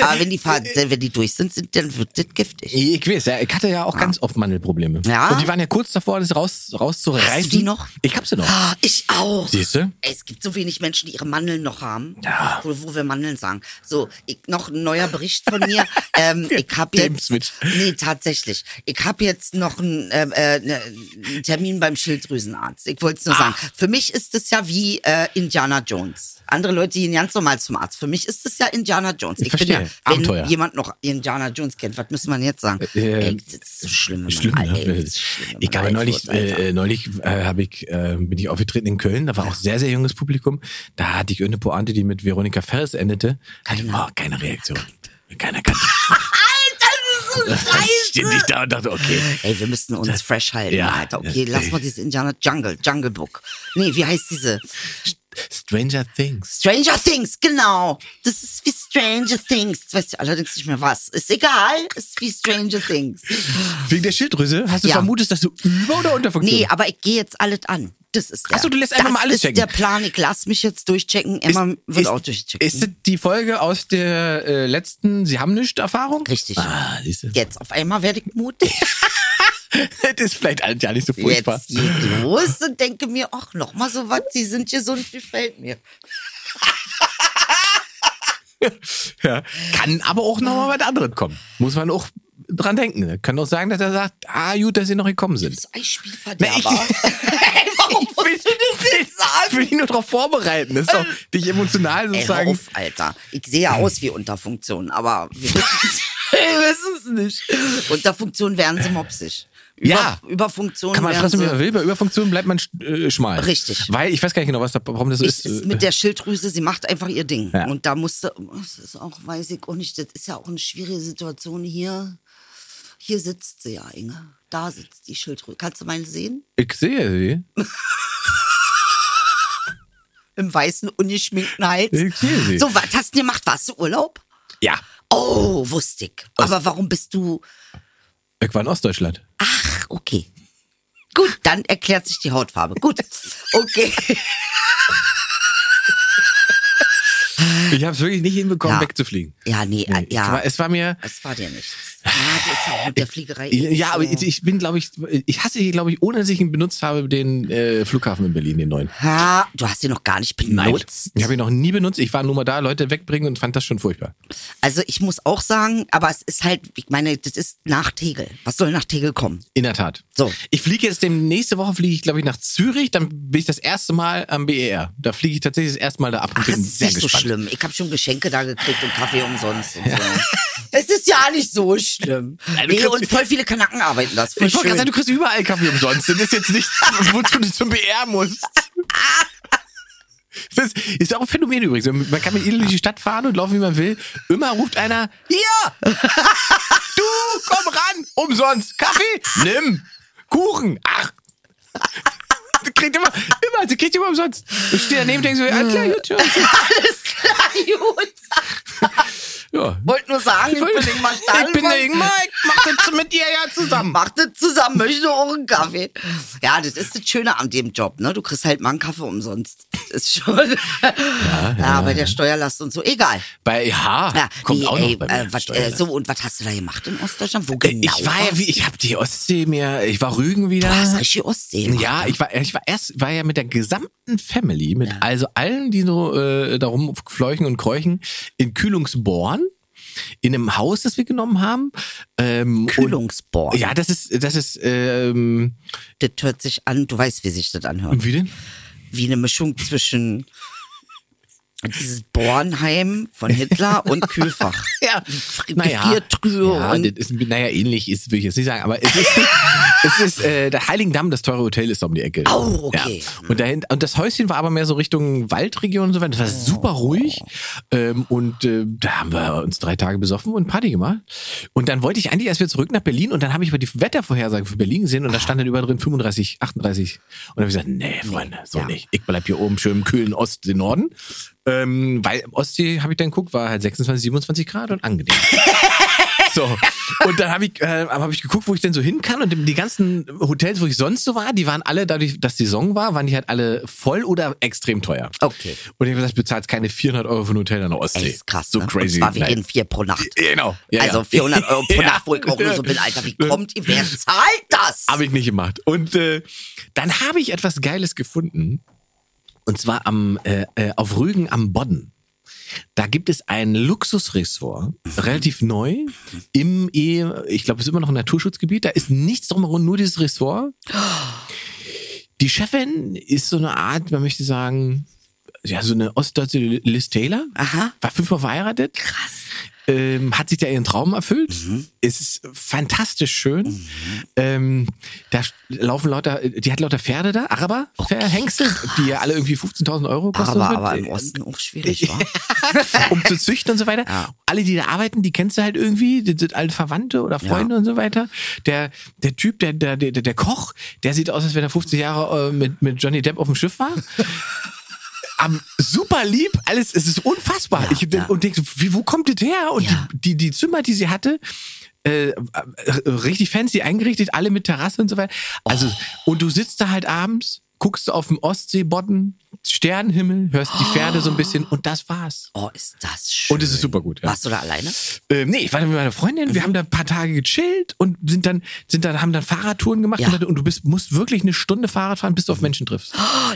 Speaker 4: Aber wenn die, Fahr wenn die durch sind, sind dann wird das giftig.
Speaker 5: Ich weiß, ja, ich hatte ja auch ganz oft Mandelprobleme.
Speaker 4: Ja?
Speaker 5: Und die waren ja kurz davor, das raus, rauszureißen.
Speaker 4: Hast du die noch?
Speaker 5: Ich hab sie noch.
Speaker 4: Ah, ich auch.
Speaker 5: Siehst du?
Speaker 4: Ey, es gibt so wenig Menschen, die ihre Mandeln noch haben, wo, wo wir Mandeln sagen. So, ich, noch ein neuer Bericht von mir. ähm, ich habe
Speaker 5: Dem
Speaker 4: jetzt,
Speaker 5: Switch.
Speaker 4: nee, tatsächlich, ich habe jetzt noch einen ähm, äh, ne- einen Termin beim Schilddrüsenarzt. Ich wollte es
Speaker 5: Ah.
Speaker 4: nur sagen. Für mich ist es ja wie äh, Indiana Jones. Andere Leute gehen ganz normal zum Arzt. Für mich ist es ja Indiana Jones. Ich, bin ja,
Speaker 5: verstehe.
Speaker 4: wenn
Speaker 5: Abenteuer.
Speaker 4: jemand noch Indiana Jones kennt, was müsste man jetzt sagen?
Speaker 5: Äh,
Speaker 4: Ey, das ist so schlimm. wenn man
Speaker 5: Schlimm,
Speaker 4: alt-
Speaker 5: ne?
Speaker 4: ey, das ist schlimm, wenn
Speaker 5: Ich
Speaker 4: man
Speaker 5: habe
Speaker 4: alt
Speaker 5: neulich,
Speaker 4: wird, Alter.
Speaker 5: äh, äh, neulich äh, hab ich, äh, bin ich aufgetreten in Köln, da war auch sehr, sehr junges Publikum. Da hatte ich irgendeine Pointe, die mit Veronika Ferris endete. Hatte oh, keine Reaktion. Keiner kannte.
Speaker 4: Alter, das ist so scheiße.
Speaker 5: Steht nicht da und dachte, okay.
Speaker 4: Ey, wir müssen uns fresh halten,
Speaker 5: ja.
Speaker 4: Alter. Okay, lass mal dieses Indiana Jungle, Jungle Book. Nee, wie heißt diese?
Speaker 5: Stranger Things.
Speaker 4: Stranger Things, genau. Das ist wie Stranger Things. Das weißt du allerdings nicht mehr was. Ist egal, ist wie Stranger Things.
Speaker 5: Wegen der Schilddrüse? Hast du
Speaker 4: Ja.
Speaker 5: vermutet, dass du über- oder
Speaker 4: Nee,
Speaker 5: unterfunktionierst?
Speaker 4: aber ich gehe jetzt alles an. Das ist der.
Speaker 5: Ach so, du lässt einfach
Speaker 4: das
Speaker 5: mal alles
Speaker 4: ist
Speaker 5: checken.
Speaker 4: Der Plan, ich lass mich jetzt durchchecken. Emma wird
Speaker 5: ist,
Speaker 4: auch durchchecken.
Speaker 5: Ist das die Folge aus der äh, letzten Sie haben nichts Erfahrung?
Speaker 4: Richtig.
Speaker 5: Ah, siehst du.
Speaker 4: Jetzt auf einmal werde ich mutig.
Speaker 5: Das ist vielleicht alles ja nicht so furchtbar.
Speaker 4: Jetzt geht los und denke mir, ach, nochmal so was, sie sind gesund, gefällt mir.
Speaker 5: Ja. Kann aber auch nochmal was anderes kommen. Muss man auch dran denken. Ne? Kann auch sagen, dass er sagt, ah gut, dass sie noch gekommen sind.
Speaker 4: Das
Speaker 5: Na, ich-
Speaker 4: Eisspielverderber. Ey, warum musst du das
Speaker 5: Ich
Speaker 4: jetzt
Speaker 5: will
Speaker 4: sagen? Äh,
Speaker 5: dich nur darauf vorbereiten. Das ist doch dich emotional
Speaker 4: Ey, hör
Speaker 5: sozusagen.
Speaker 4: auf, Alter. Ich sehe
Speaker 5: Hm.
Speaker 4: ja aus wie Unterfunktion, aber wir wissen es nicht. Unterfunktion werden sie mopsig. Über,
Speaker 5: Ja.
Speaker 4: Über Funktion
Speaker 5: Kann man
Speaker 4: werden
Speaker 5: fressen, wie man
Speaker 4: sie...
Speaker 5: will. Bei Überfunktion bleibt man sch- äh, schmal.
Speaker 4: Richtig.
Speaker 5: Weil ich weiß gar nicht genau, was da, warum das so
Speaker 4: Ist,
Speaker 5: ist. äh,
Speaker 4: ist mit der Schilddrüse, sie macht einfach ihr Ding.
Speaker 5: Ja.
Speaker 4: Und da musste, das ist auch, weiß ich auch nicht, das ist ja auch eine schwierige Situation hier. Hier sitzt sie ja, Inge. Da sitzt die Schilddrüse. Kannst du meine sehen?
Speaker 5: ich sehe sie.
Speaker 4: Im weißen, ungeschminkten Hals.
Speaker 5: Ich sehe sie.
Speaker 4: So, was hast du gemacht? Warst du Urlaub?
Speaker 5: Ja.
Speaker 4: Oh, wusste ich. Aber warum bist du.
Speaker 5: Ich war in Ostdeutschland.
Speaker 4: Ach, okay. Gut, dann erklärt sich die Hautfarbe. Gut. Okay.
Speaker 5: Ich habe es wirklich nicht hinbekommen,
Speaker 4: Ah. Ja.
Speaker 5: wegzufliegen.
Speaker 4: Ja, nee, äh,
Speaker 5: Ich war,
Speaker 4: ja.
Speaker 5: es war mir.
Speaker 4: Es war dir nichts. Ja, das ist ja auch mit der Fliegerei. eh
Speaker 5: Ja, aber
Speaker 4: so.
Speaker 5: ich, ich bin, glaube ich, ich hasse hier, glaube ich, ohne dass ich ihn benutzt habe, den äh, Flughafen in Berlin, den neuen.
Speaker 4: Ja, du hast ihn noch gar nicht benutzt.
Speaker 5: Ich habe ihn noch nie benutzt. Ich war nur mal da, Leute wegbringen und fand das schon furchtbar.
Speaker 4: Also ich muss auch sagen, aber es ist halt, ich meine, das ist nach Tegel. Was soll nach Tegel kommen?
Speaker 5: In der Tat.
Speaker 4: So.
Speaker 5: Ich fliege jetzt dem nächste Woche fliege ich glaube ich nach Zürich, dann bin ich das erste Mal am BER. Da fliege ich tatsächlich das erste Mal da ab und
Speaker 4: Ach,
Speaker 5: bin
Speaker 4: es ist
Speaker 5: sehr
Speaker 4: nicht so
Speaker 5: gespannt.
Speaker 4: schlimm. Ich habe schon Geschenke da gekriegt und Kaffee umsonst und so. Es ist ja nicht so schlimm.
Speaker 5: Nein, du
Speaker 4: nee,
Speaker 5: kriegst-
Speaker 4: und voll viele Kanaken arbeiten das. Voll
Speaker 5: Ich wollte gerade
Speaker 4: schön.
Speaker 5: sagen, du kriegst überall Kaffee umsonst. Das ist jetzt nichts, wozu du zum BR musst. Das ist auch ein Phänomen übrigens. Man kann mit Idel durch die Stadt fahren und laufen, wie man will. Immer ruft einer, hier! Du, komm ran! Umsonst! Kaffee? Nimm! Kuchen! Ach! Du kriegst immer, immer, du kriegst immer umsonst. Ich stehe daneben und denke so, ja, klar, gut, ja.
Speaker 4: Alles klar, gut.
Speaker 5: ja.
Speaker 4: Wollte nur sagen, ich bin Ingmar
Speaker 5: Ich bin der
Speaker 4: Stadelmann.
Speaker 5: Ingmar, ich mach das mit ihr ja zusammen.
Speaker 4: Macht das zusammen, möchte auch einen Kaffee. Ja, das ist das Schöne an dem Job, ne? Du kriegst halt mal einen Kaffee umsonst. Das ist schon. Ja, bei der Steuerlast und so. Egal.
Speaker 5: Bei ja,
Speaker 4: Ja,
Speaker 5: kommt
Speaker 4: nee,
Speaker 5: auch noch
Speaker 4: ey,
Speaker 5: bei
Speaker 4: äh,
Speaker 5: mir.
Speaker 4: was, äh,
Speaker 5: Steuerlast.
Speaker 4: so, und was hast du da gemacht in Ostdeutschland? Wo
Speaker 5: Äh,
Speaker 4: genau?
Speaker 5: ich war ja, wie, ich habe die Ostsee mir, ich war Rügen wieder.
Speaker 4: Du hast richtig Ostsee. gemacht, ne?
Speaker 5: Ja, ich war, ich war erst, war ja mit der gesamten Family, mit also allen, die so äh, darum fleuchen und kräuchen, in Kühlungsborn, in einem Haus, das wir genommen haben. Ähm,
Speaker 4: Kühlungsborn.
Speaker 5: Und, ja, das ist, das ist, ähm,
Speaker 4: Das hört sich an, du weißt, wie sich das anhört.
Speaker 5: wie denn?
Speaker 4: Wie eine Mischung zwischen dieses Bornheim von Hitler und Kühlfach.
Speaker 5: Ja,
Speaker 4: Gefriertruhe
Speaker 5: ja,
Speaker 4: und-
Speaker 5: das ist, naja, ähnlich ist, will ich jetzt nicht sagen, aber es ist, es ist äh, der Heiligendamm, das teure Hotel ist da um die Ecke.
Speaker 4: Au, okay.
Speaker 5: Ja. Und, dahin, und das Häuschen war aber mehr so Richtung Waldregion und so weiter. Das war
Speaker 4: Oh.
Speaker 5: super ruhig. Ähm, und äh, da haben wir uns drei Tage besoffen und Party gemacht. Und dann wollte ich eigentlich erst wieder zurück nach Berlin und dann habe ich über die Wettervorhersage für Berlin gesehen und da stand dann überall drin 35, 38. Und dann habe ich gesagt, nee, Freunde, so
Speaker 4: ja.
Speaker 5: nicht. Ich bleib hier oben schön im kühlen Ost, den Norden. Ähm, weil im Ostsee, habe ich dann geguckt, war halt 26, 27 Grad und angenehm. So. Und dann habe ich, äh, hab ich geguckt, wo ich denn so hin kann. Und die ganzen Hotels, wo ich sonst so war, die waren alle, dadurch, dass die Saison war, waren die halt alle voll oder extrem teuer.
Speaker 4: Okay.
Speaker 5: Und ich habe gesagt, ich bezahle jetzt keine 400 Euro für ein Hotel an der Ostsee.
Speaker 4: Ey, ist krass.
Speaker 5: So
Speaker 4: ne?
Speaker 5: crazy.
Speaker 4: Und zwar, wir
Speaker 5: Nein.
Speaker 4: reden vier pro Nacht.
Speaker 5: Genau. Ja,
Speaker 4: also
Speaker 5: ja.
Speaker 4: 400 Euro pro
Speaker 5: Ja.
Speaker 4: Nacht, wo ich auch nur so bin, Alter, wie kommt ihr? Wer zahlt das?
Speaker 5: Habe ich nicht gemacht. Und äh, dann habe ich etwas Geiles gefunden. Und zwar am, äh, äh, auf Rügen am Bodden. Da gibt es ein Luxusressort, relativ neu, im E, ich glaube, es ist immer noch ein Naturschutzgebiet. Da ist nichts drumherum, nur dieses Ressort. Die Chefin ist so eine Art, man möchte sagen, ja, so eine ostdeutsche Liz Taylor.
Speaker 4: Aha.
Speaker 5: War fünfmal verheiratet. Krass. Ähm, hat sich da ihren Traum erfüllt. Es ist fantastisch schön. Ähm, da sch- laufen lauter, die hat lauter Pferde da, Araber, Hengste, die ja alle irgendwie 15.000 Euro kosten.
Speaker 4: aber,
Speaker 5: und so.
Speaker 4: aber im Osten auch schwierig, wa?
Speaker 5: um zu züchten und so weiter.
Speaker 4: Ja.
Speaker 5: Alle, die da arbeiten, die kennst du halt irgendwie, das sind alle Verwandte oder Freunde und so weiter. Der, der Typ, der, der, der, der Koch, der sieht aus, als wenn er 50 Jahre äh, mit, mit Johnny Depp auf dem Schiff war. Am super lieb, alles, es ist unfassbar. ich,
Speaker 4: ja.
Speaker 5: Und denk, so, wie, wo kommt das her? Und
Speaker 4: Ja.
Speaker 5: die, die, die Zimmer, die sie hatte, äh, äh, richtig fancy eingerichtet, alle mit Terrasse und so weiter. Also,
Speaker 4: Oh.
Speaker 5: und du sitzt da halt abends, guckst auf dem Ostseeboden, Sternenhimmel, hörst die Pferde so ein bisschen und das war's.
Speaker 4: Oh, ist Mhm. das schön.
Speaker 5: Und es ist super gut. Ja.
Speaker 4: Warst du da alleine?
Speaker 5: Ähm, nee, ich war da mit meiner Freundin. Wir haben da ein paar Tage gechillt und sind dann, sind dann, haben dann Fahrradtouren gemacht.
Speaker 4: Ja.
Speaker 5: Und, und du bist, musst wirklich eine Stunde Fahrrad fahren, bis du auf Menschen triffst.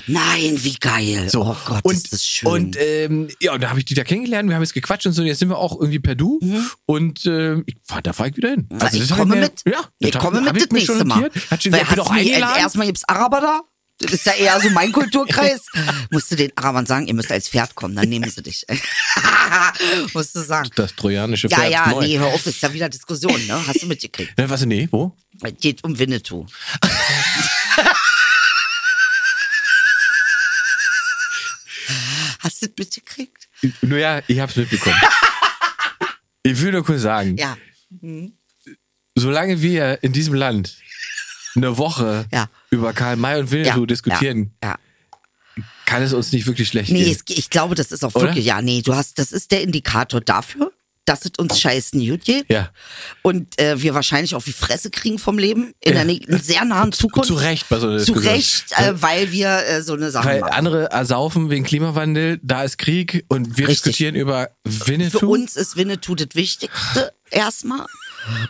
Speaker 4: Nein, wie geil.
Speaker 5: So.
Speaker 4: Oh Gott,
Speaker 5: und,
Speaker 4: ist das schön.
Speaker 5: Und ähm, ja, und da habe ich die da kennengelernt. Wir haben jetzt gequatscht und so. Und jetzt sind wir auch irgendwie per Du. Und ähm, ich, fahr- da fahre ich wieder hin.
Speaker 4: also, Mhm. ich
Speaker 5: das hab
Speaker 4: komme
Speaker 5: mir-
Speaker 4: mit.
Speaker 5: Ja, das
Speaker 4: ich
Speaker 5: hab-
Speaker 4: komme
Speaker 5: hab
Speaker 4: mit
Speaker 5: ich
Speaker 4: das
Speaker 5: mir schon
Speaker 4: nächste Mal.
Speaker 5: notiert. Hat schon
Speaker 4: Weil
Speaker 5: ich bin auch
Speaker 4: du mir-
Speaker 5: eingeladen.
Speaker 4: Erstmal gibt's Araber da. Das ist ja eher so mein Kulturkreis. Musst du den Arabern sagen, ihr müsst als Pferd kommen, dann nehmen sie dich. Musst du sagen.
Speaker 5: Das trojanische
Speaker 4: Ja,
Speaker 5: Pferd
Speaker 4: ja,
Speaker 5: ist neu.
Speaker 4: nee, hör auf, ist ja wieder Diskussion, ne? Hast du mitgekriegt.
Speaker 5: Ne, was, nee, wo?
Speaker 4: Es geht um Winnetou. Hast du das mitgekriegt?
Speaker 5: Naja, ich hab's mitbekommen. ich will nur kurz sagen,
Speaker 4: Ja,
Speaker 5: solange wir in diesem Land eine Woche
Speaker 4: Ja.
Speaker 5: über Karl May und
Speaker 4: ja.
Speaker 5: Winnetou diskutieren,
Speaker 4: Ja. ja.
Speaker 5: kann es uns nicht wirklich schlecht
Speaker 4: Nee,
Speaker 5: gehen.
Speaker 4: es, ich glaube, das ist auch
Speaker 5: Oder?
Speaker 4: wirklich, ja, nee, du hast, das ist der Indikator dafür, dass es uns scheißen gut geht.
Speaker 5: Ja.
Speaker 4: Und äh, wir wahrscheinlich auch die Fresse kriegen vom Leben in der nä- in sehr nahen Zukunft.
Speaker 5: Zu Recht bei so einer
Speaker 4: Zu
Speaker 5: Diskussion. Ne?
Speaker 4: Recht, äh, weil wir äh, so eine Sache
Speaker 5: Weil
Speaker 4: machen.
Speaker 5: andere ersaufen wegen Klimawandel, da ist Krieg und wir
Speaker 4: Richtig.
Speaker 5: diskutieren über Winnetou.
Speaker 4: Für uns ist Winnetou das Wichtigste erstmal.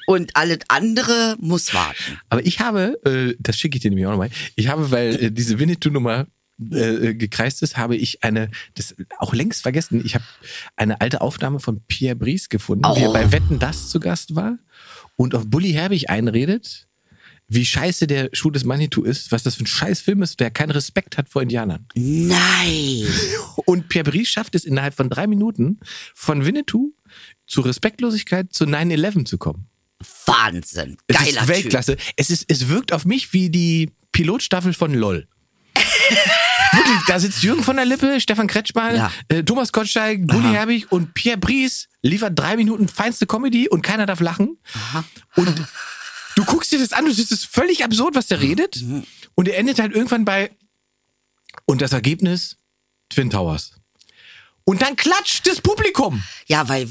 Speaker 4: Und alles andere muss warten.
Speaker 5: Aber ich habe, äh, das schicke ich dir nämlich auch nochmal, ich habe, weil äh, diese Winnetou-Nummer äh, äh, gekreist ist, habe ich eine, das auch längst vergessen, ich habe eine alte Aufnahme von Pierre Brice gefunden, wie er bei Wetten Das zu Gast war und auf Bully Herbig einredet, wie scheiße der Schuh des Manitou ist, was das für ein scheiß Film ist, der keinen Respekt hat vor Indianern.
Speaker 4: Nein.
Speaker 5: Und Pierre Brice schafft es innerhalb von drei Minuten von Winnetou zu Respektlosigkeit zu 9-11 zu kommen.
Speaker 4: Wahnsinn.
Speaker 5: Es
Speaker 4: Geiler
Speaker 5: ist Weltklasse. Es, ist, es wirkt auf mich wie die Pilotstaffel von LOL. Wirklich, da sitzt Jürgen von der Lippe, Stefan Kretschmann,
Speaker 4: Ja.
Speaker 5: äh, Thomas Gottschalk, Bulli
Speaker 4: Aha.
Speaker 5: Herbig und Pierre Brice liefert drei Minuten feinste Comedy und keiner darf lachen. Und du guckst dir das an, du siehst es ist völlig absurd, was der redet.
Speaker 4: Mhm.
Speaker 5: Und er endet halt irgendwann bei und das Ergebnis Twin Towers. Und dann klatscht das Publikum.
Speaker 4: Typ. Ja, weil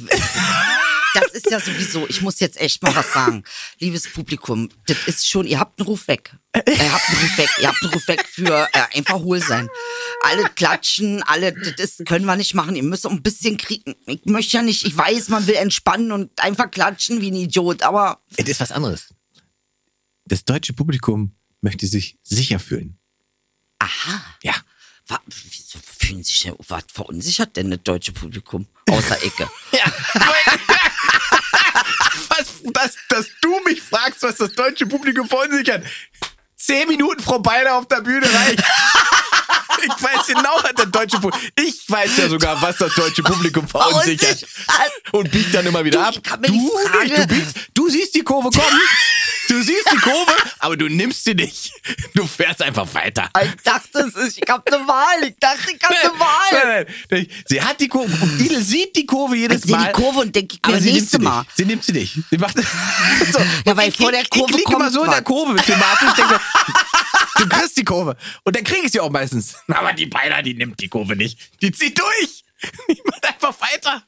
Speaker 4: das ist ja sowieso, ich muss jetzt echt mal was sagen. Liebes Publikum, das ist schon, ihr habt einen Ruf weg. Ihr habt einen Ruf weg, ihr habt einen Ruf weg für äh, einfach hohl sein. Alle klatschen, alle, das ist- können wir nicht machen. Ihr müsst auch ein bisschen kriegen. Ich möchte ja nicht, ich weiß, man will entspannen und einfach klatschen wie ein Idiot, aber
Speaker 5: Es ist was anderes. Das deutsche Publikum möchte sich sicher fühlen.
Speaker 4: aha.
Speaker 5: Ja.
Speaker 4: Wa- Wieso fühlen sich denn, was verunsichert denn das deutsche Publikum? Außer Ecke.
Speaker 5: Ja. was, dass, dass du mich fragst, was das deutsche Publikum von sich hat. Zehn Minuten Frau Beider auf der Bühne reicht. Ich weiß genau, was das deutsche Publikum. Ich weiß ja sogar, was das deutsche Publikum verunsichert. Und biegt dann immer wieder
Speaker 4: Du,
Speaker 5: ab.
Speaker 4: ich kann mir die Frage-
Speaker 5: nicht, du, biegst, du siehst die Kurve kommen. Du siehst die Kurve, aber du nimmst sie nicht. Du fährst einfach weiter.
Speaker 4: Ich dachte, es ist, ich hab ne Wahl. Ich dachte, ich hab ne Wahl.
Speaker 5: Nein, nein, nein. Sie hat die Kurve. Und Idel sieht die Kurve
Speaker 4: Ich
Speaker 5: jedes
Speaker 4: sehe
Speaker 5: Mal.
Speaker 4: die Kurve und denke ich mir
Speaker 5: aber
Speaker 4: das
Speaker 5: sie nimmt sie
Speaker 4: nächste Mal.
Speaker 5: nicht. Sie nimmt sie nicht. Sie macht so.
Speaker 4: Ja, weil
Speaker 5: ich,
Speaker 4: vor der
Speaker 5: ich,
Speaker 4: Kurve
Speaker 5: Ich liege immer
Speaker 4: kommt
Speaker 5: so in der
Speaker 4: was.
Speaker 5: Kurve thematisch. Denke, so, du kriegst die Kurve. Und dann kriege ich sie auch meistens. Aber die Beiler, die nimmt die Kurve nicht. Die zieht durch. Die macht einfach weiter.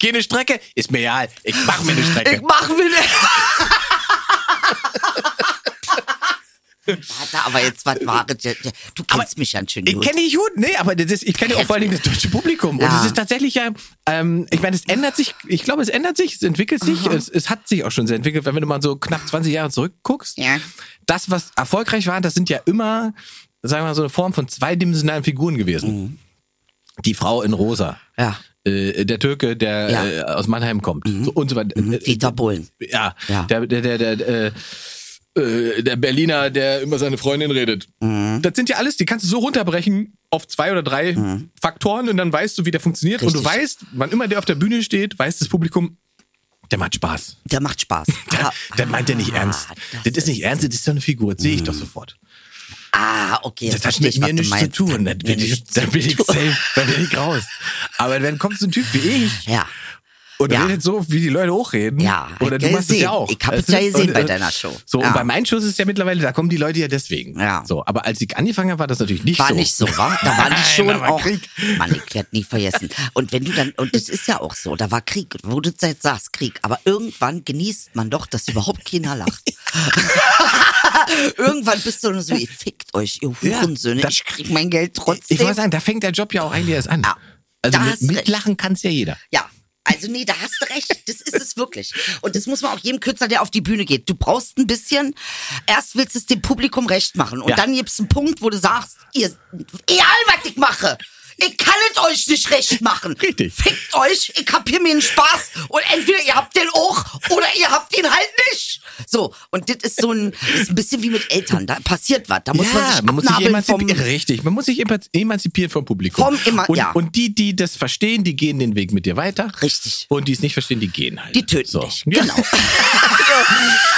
Speaker 5: Geh eine Strecke. Ist mir egal. Ich mach mir eine Strecke.
Speaker 4: Ich mach mir ne. Warte, aber jetzt, was war das? jetzt? Du kennst mich ja schön
Speaker 5: Ich
Speaker 4: gut.
Speaker 5: kenne die Juden, nee, aber das ist, ich kenne auch vor allen Dingen das deutsche Publikum. Und
Speaker 4: Ja.
Speaker 5: es ist tatsächlich ja, ähm, ich meine, es ändert sich, ich glaube, es ändert sich, es entwickelt sich, es, es hat sich auch schon sehr entwickelt, wenn du mal so knapp 20 Jahre zurückguckst.
Speaker 4: Ja.
Speaker 5: Das, was erfolgreich war, das sind ja immer, sagen wir mal, so eine Form von zweidimensionalen Figuren gewesen. Die Frau in Rosa.
Speaker 4: Mhm. Ja.
Speaker 5: Äh, der Türke, der
Speaker 4: Ja. Mhm.
Speaker 5: äh, aus Mannheim kommt. So, und so weiter. Äh,
Speaker 4: Dieter Bohlen.
Speaker 5: ja,
Speaker 4: Ja.
Speaker 5: Der, der, der, der, äh, äh, der Berliner, der über seine Freundin redet.
Speaker 4: Mhm.
Speaker 5: Das sind ja alles, die kannst du so runterbrechen auf zwei oder drei Faktoren und dann weißt du, wie der funktioniert. Und du
Speaker 4: Mhm. Richtig.
Speaker 5: weißt, wann immer der auf der Bühne steht, weiß das Publikum, der macht Spaß.
Speaker 4: Der macht Spaß.
Speaker 5: Der,
Speaker 4: Aber-
Speaker 5: der meint ja nicht
Speaker 4: Ah,
Speaker 5: ernst.
Speaker 4: das
Speaker 5: Das ist nicht ernst, das ist so eine Figur. Das sehe ich doch sofort.
Speaker 4: Ah, okay. Jetzt
Speaker 5: Das hat
Speaker 4: verstehe
Speaker 5: mit
Speaker 4: ich, was
Speaker 5: mir
Speaker 4: du
Speaker 5: nichts zu
Speaker 4: meinst.
Speaker 5: tun. Dann
Speaker 4: Hat
Speaker 5: bin
Speaker 4: mir
Speaker 5: ich,
Speaker 4: nichts
Speaker 5: dann
Speaker 4: zu
Speaker 5: bin ich
Speaker 4: tun.
Speaker 5: safe, dann bin ich raus. Aber dann kommt so ein Typ wie ich
Speaker 4: Ja.
Speaker 5: und
Speaker 4: Ja.
Speaker 5: redet so, wie die Leute hochreden.
Speaker 4: Ja, hab
Speaker 5: Oder
Speaker 4: ich
Speaker 5: du
Speaker 4: ja
Speaker 5: machst es ja
Speaker 4: gesehen.
Speaker 5: auch.
Speaker 4: Ich hab es
Speaker 5: Weißt du?
Speaker 4: ja gesehen
Speaker 5: Und,
Speaker 4: bei
Speaker 5: äh,
Speaker 4: deiner Show.
Speaker 5: So,
Speaker 4: Ja.
Speaker 5: und bei meinen Shows ist es ja mittlerweile, da kommen die Leute ja deswegen.
Speaker 4: Ja.
Speaker 5: So, aber als ich angefangen habe, war das natürlich nicht
Speaker 4: War
Speaker 5: so.
Speaker 4: nicht so, war? Da waren die
Speaker 5: Nein,
Speaker 4: schon
Speaker 5: da war
Speaker 4: auch.
Speaker 5: Krieg.
Speaker 4: Mann, ich werde nie vergessen. Und wenn du dann, und es ist ja auch so, da war Krieg, wo du jetzt sagst, Krieg, aber irgendwann genießt man doch, dass überhaupt keiner lacht. irgendwann bist du nur so, ihr fickt euch, ihr
Speaker 5: Ja,
Speaker 4: Hurensöhne,
Speaker 5: da-
Speaker 4: ich krieg mein Geld trotzdem.
Speaker 5: Ich wollte sagen, da fängt der Job ja auch eigentlich erst an.
Speaker 4: Ja.
Speaker 5: Also
Speaker 4: Da
Speaker 5: mit,
Speaker 4: hast du recht.
Speaker 5: mitlachen kann es ja jeder.
Speaker 4: Ja. Also nee, da hast du recht. Das ist es wirklich. Und das muss man auch jedem Künstler, der auf die Bühne geht. Du brauchst ein bisschen, erst willst du es dem Publikum recht machen. Und
Speaker 5: Ja.
Speaker 4: dann gibt's einen Punkt, wo du sagst, ihr, egal was ich mache, ich kann es euch nicht recht machen.
Speaker 5: Richtig.
Speaker 4: Fickt euch, ich hab hier mir einen Spaß. Und entweder ihr habt den auch oder ihr habt ihn halt nicht. So, und das ist so ein, das ist ein bisschen wie mit Eltern. Da passiert was. Da muss
Speaker 5: ja,
Speaker 4: man sich
Speaker 5: man muss sich
Speaker 4: abnabeln vom,
Speaker 5: emanzipieren. Richtig, man muss sich emanzi- emanzipieren vom Publikum.
Speaker 4: Vom Eman-
Speaker 5: und,
Speaker 4: ja.
Speaker 5: und die, die das verstehen, die gehen den Weg mit dir weiter.
Speaker 4: Richtig.
Speaker 5: Und die es nicht verstehen, die gehen halt.
Speaker 4: die töten
Speaker 5: so.
Speaker 4: dich.
Speaker 5: Ja.
Speaker 4: Genau.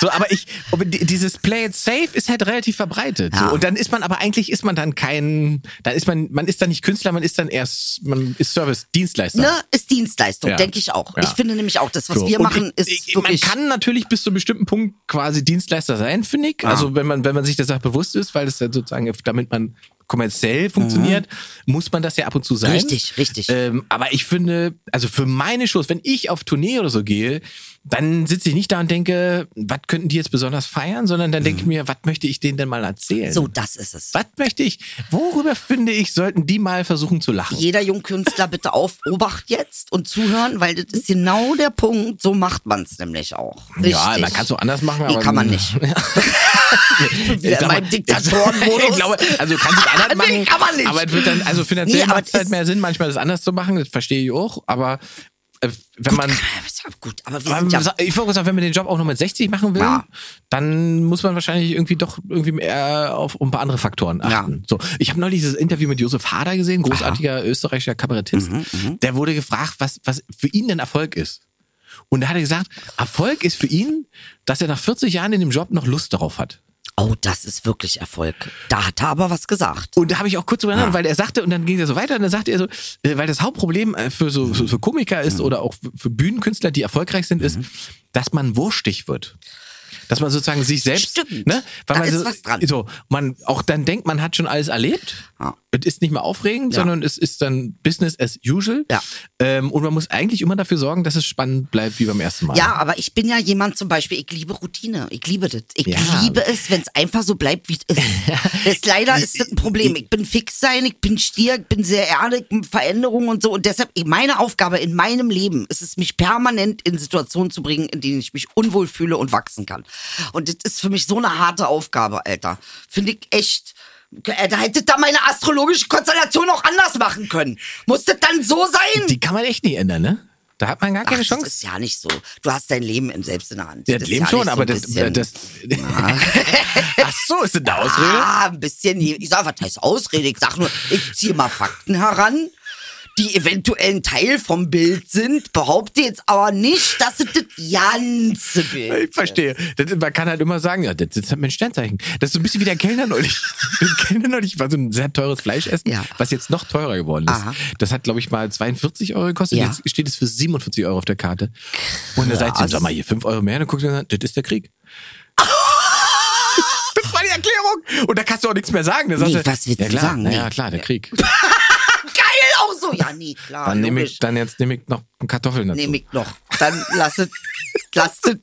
Speaker 5: So, aber ich, aber di- dieses Play it safe ist halt relativ verbreitet.
Speaker 4: Ja.
Speaker 5: So. Und dann ist man aber eigentlich ist man dann kein, dann ist man, man ist dann nicht Künstler, man ist dann erst, man ist Service-Dienstleister.
Speaker 4: ne, ist Dienstleistung,
Speaker 5: Ja.
Speaker 4: denke ich auch.
Speaker 5: Ja.
Speaker 4: Ich finde nämlich auch, das, was
Speaker 5: So.
Speaker 4: wir
Speaker 5: Und
Speaker 4: machen,
Speaker 5: ich,
Speaker 4: ist
Speaker 5: ich, Man
Speaker 4: wirklich.
Speaker 5: kann natürlich bis zu einem bestimmten Punkt quasi Dienstleister sein, finde
Speaker 4: Ah.
Speaker 5: ich. Also wenn man, wenn man sich der Sache bewusst ist, weil es dann sozusagen, damit man kommerziell funktioniert, muss man das ja ab und zu sein.
Speaker 4: Mhm. Richtig, richtig.
Speaker 5: Ähm, aber ich finde, also für meine Shows, wenn ich auf Tournee oder so gehe, dann sitze ich nicht da und denke, was könnten die jetzt besonders feiern, sondern dann denke ich mir, was möchte ich denen denn mal erzählen?
Speaker 4: Mhm. so, das ist es.
Speaker 5: Was möchte ich, worüber finde ich, sollten die mal versuchen zu lachen?
Speaker 4: Jeder Jungkünstler bitte auf, Obacht jetzt und zuhören, weil das ist genau der Punkt. So macht man es nämlich auch. Richtig.
Speaker 5: Ja, man kann es auch anders machen.
Speaker 4: Nee,
Speaker 5: aber-
Speaker 4: kann man nicht.
Speaker 5: Ich
Speaker 4: Wieder in
Speaker 5: sag mal,
Speaker 4: meinem Diktatorenmodus.
Speaker 5: Ich glaube, also kannst du es anders machen.
Speaker 4: Nee, kann man nicht.
Speaker 5: Aber es wird dann, also finanziell
Speaker 4: Nee, aber
Speaker 5: macht es
Speaker 4: das
Speaker 5: halt
Speaker 4: ist-
Speaker 5: mehr Sinn, manchmal das anders zu machen. Das verstehe ich auch. Aber äh, wenn man,
Speaker 4: Gut, aber wir
Speaker 5: aber
Speaker 4: sind ja.
Speaker 5: ich wollte sagen, wenn man den Job auch noch mit 60 machen will,
Speaker 4: Ja.
Speaker 5: dann muss man wahrscheinlich irgendwie doch irgendwie mehr auf um ein paar andere Faktoren achten. So, ich habe neulich dieses Interview mit Josef Hader gesehen, großartiger österreichischer Kabarettist. Der wurde gefragt, was, was für ihn denn Erfolg ist. Und da hat er gesagt, Erfolg ist für ihn, dass er nach 40 Jahren in dem Job noch Lust darauf hat.
Speaker 4: Oh, das ist wirklich Erfolg. Da hat er aber was gesagt.
Speaker 5: Und da habe ich auch kurz drüber nachgedacht, weil er sagte, und dann ging er so weiter, und dann sagte er so, äh, weil das Hauptproblem äh, für so für, für Komiker ist oder auch für- für Bühnenkünstler, die erfolgreich sind, ist, dass man wurschtig wird. Dass man sozusagen sich selbst,
Speaker 4: Stimmt.
Speaker 5: ne?
Speaker 4: Da
Speaker 5: man
Speaker 4: ist
Speaker 5: so,
Speaker 4: was dran.
Speaker 5: so, man auch dann denkt, man hat schon alles erlebt.
Speaker 4: Ja.
Speaker 5: Es ist nicht mehr aufregend,
Speaker 4: Ja.
Speaker 5: sondern es ist dann Business as usual.
Speaker 4: Ja.
Speaker 5: Ähm, und man muss eigentlich immer dafür sorgen, dass es spannend bleibt wie beim ersten Mal.
Speaker 4: Ja, aber ich bin ja jemand zum Beispiel, ich liebe Routine. Ich liebe das. Ich
Speaker 5: Ja.
Speaker 4: liebe es, wenn es einfach so bleibt, wie es ist. Das leider ist das ein Problem. Ich bin fix sein, ich bin Stier, ich bin sehr ehrlich, Veränderungen und so. Und deshalb, ich- meine Aufgabe in meinem Leben ist es, mich permanent in Situationen zu bringen, in denen ich mich unwohl fühle und wachsen kann. Und das ist für mich so eine harte Aufgabe, Alter. Finde ich echt. Äh, Da hätte da meine astrologische Konstellation auch anders machen können. Muss das dann so sein?
Speaker 5: Die kann man echt nicht ändern, ne? Da hat man gar keine
Speaker 4: Ach,
Speaker 5: Chance.
Speaker 4: Das ist ja nicht so. Du hast dein Leben im selbst in der Hand.
Speaker 5: Ja,
Speaker 4: Das
Speaker 5: das
Speaker 4: ist
Speaker 5: Leben
Speaker 4: ja
Speaker 5: schon,
Speaker 4: nicht so
Speaker 5: aber
Speaker 4: ein
Speaker 5: das,
Speaker 4: bisschen-
Speaker 5: das. Ach so, ist das eine Ausrede?
Speaker 4: Ah, ein bisschen. Ich sag, was heißt Ausrede? Ich sag nur, ich ziehe mal Fakten heran, die eventuell ein Teil vom Bild sind. Behaupte jetzt aber nicht, dass es das ganze Bild.
Speaker 5: Ich verstehe. Das, man kann halt immer sagen, ja, das, das hat mein Sternzeichen. Das ist so ein bisschen wie der Kellner neulich. Der Kellner neulich war so ein sehr teures Fleisch essen,
Speaker 4: Ja.
Speaker 5: was jetzt noch teurer geworden ist.
Speaker 4: Aha.
Speaker 5: Das hat, glaube ich, mal 42 Euro gekostet.
Speaker 4: Ja.
Speaker 5: Jetzt steht es für 47 Euro auf der Karte. Und dann sagt sie, sag mal, hier 5 Euro mehr. Und dann guckst du mir an, das ist der Krieg. das war die Erklärung. Und da kannst du auch nichts mehr sagen. Da sagst
Speaker 4: Nee,
Speaker 5: du,
Speaker 4: was willst
Speaker 5: ja,
Speaker 4: du
Speaker 5: klar,
Speaker 4: sagen?
Speaker 5: na Ja,
Speaker 4: Nee.
Speaker 5: klar, der Krieg.
Speaker 4: Geil auch so. Oh Ja, nee, klar.
Speaker 5: Dann nehme ich,
Speaker 4: logisch.
Speaker 5: dann jetzt nehme ich noch Kartoffeln dazu.
Speaker 4: Nehm ich noch. Dann lass es, lass es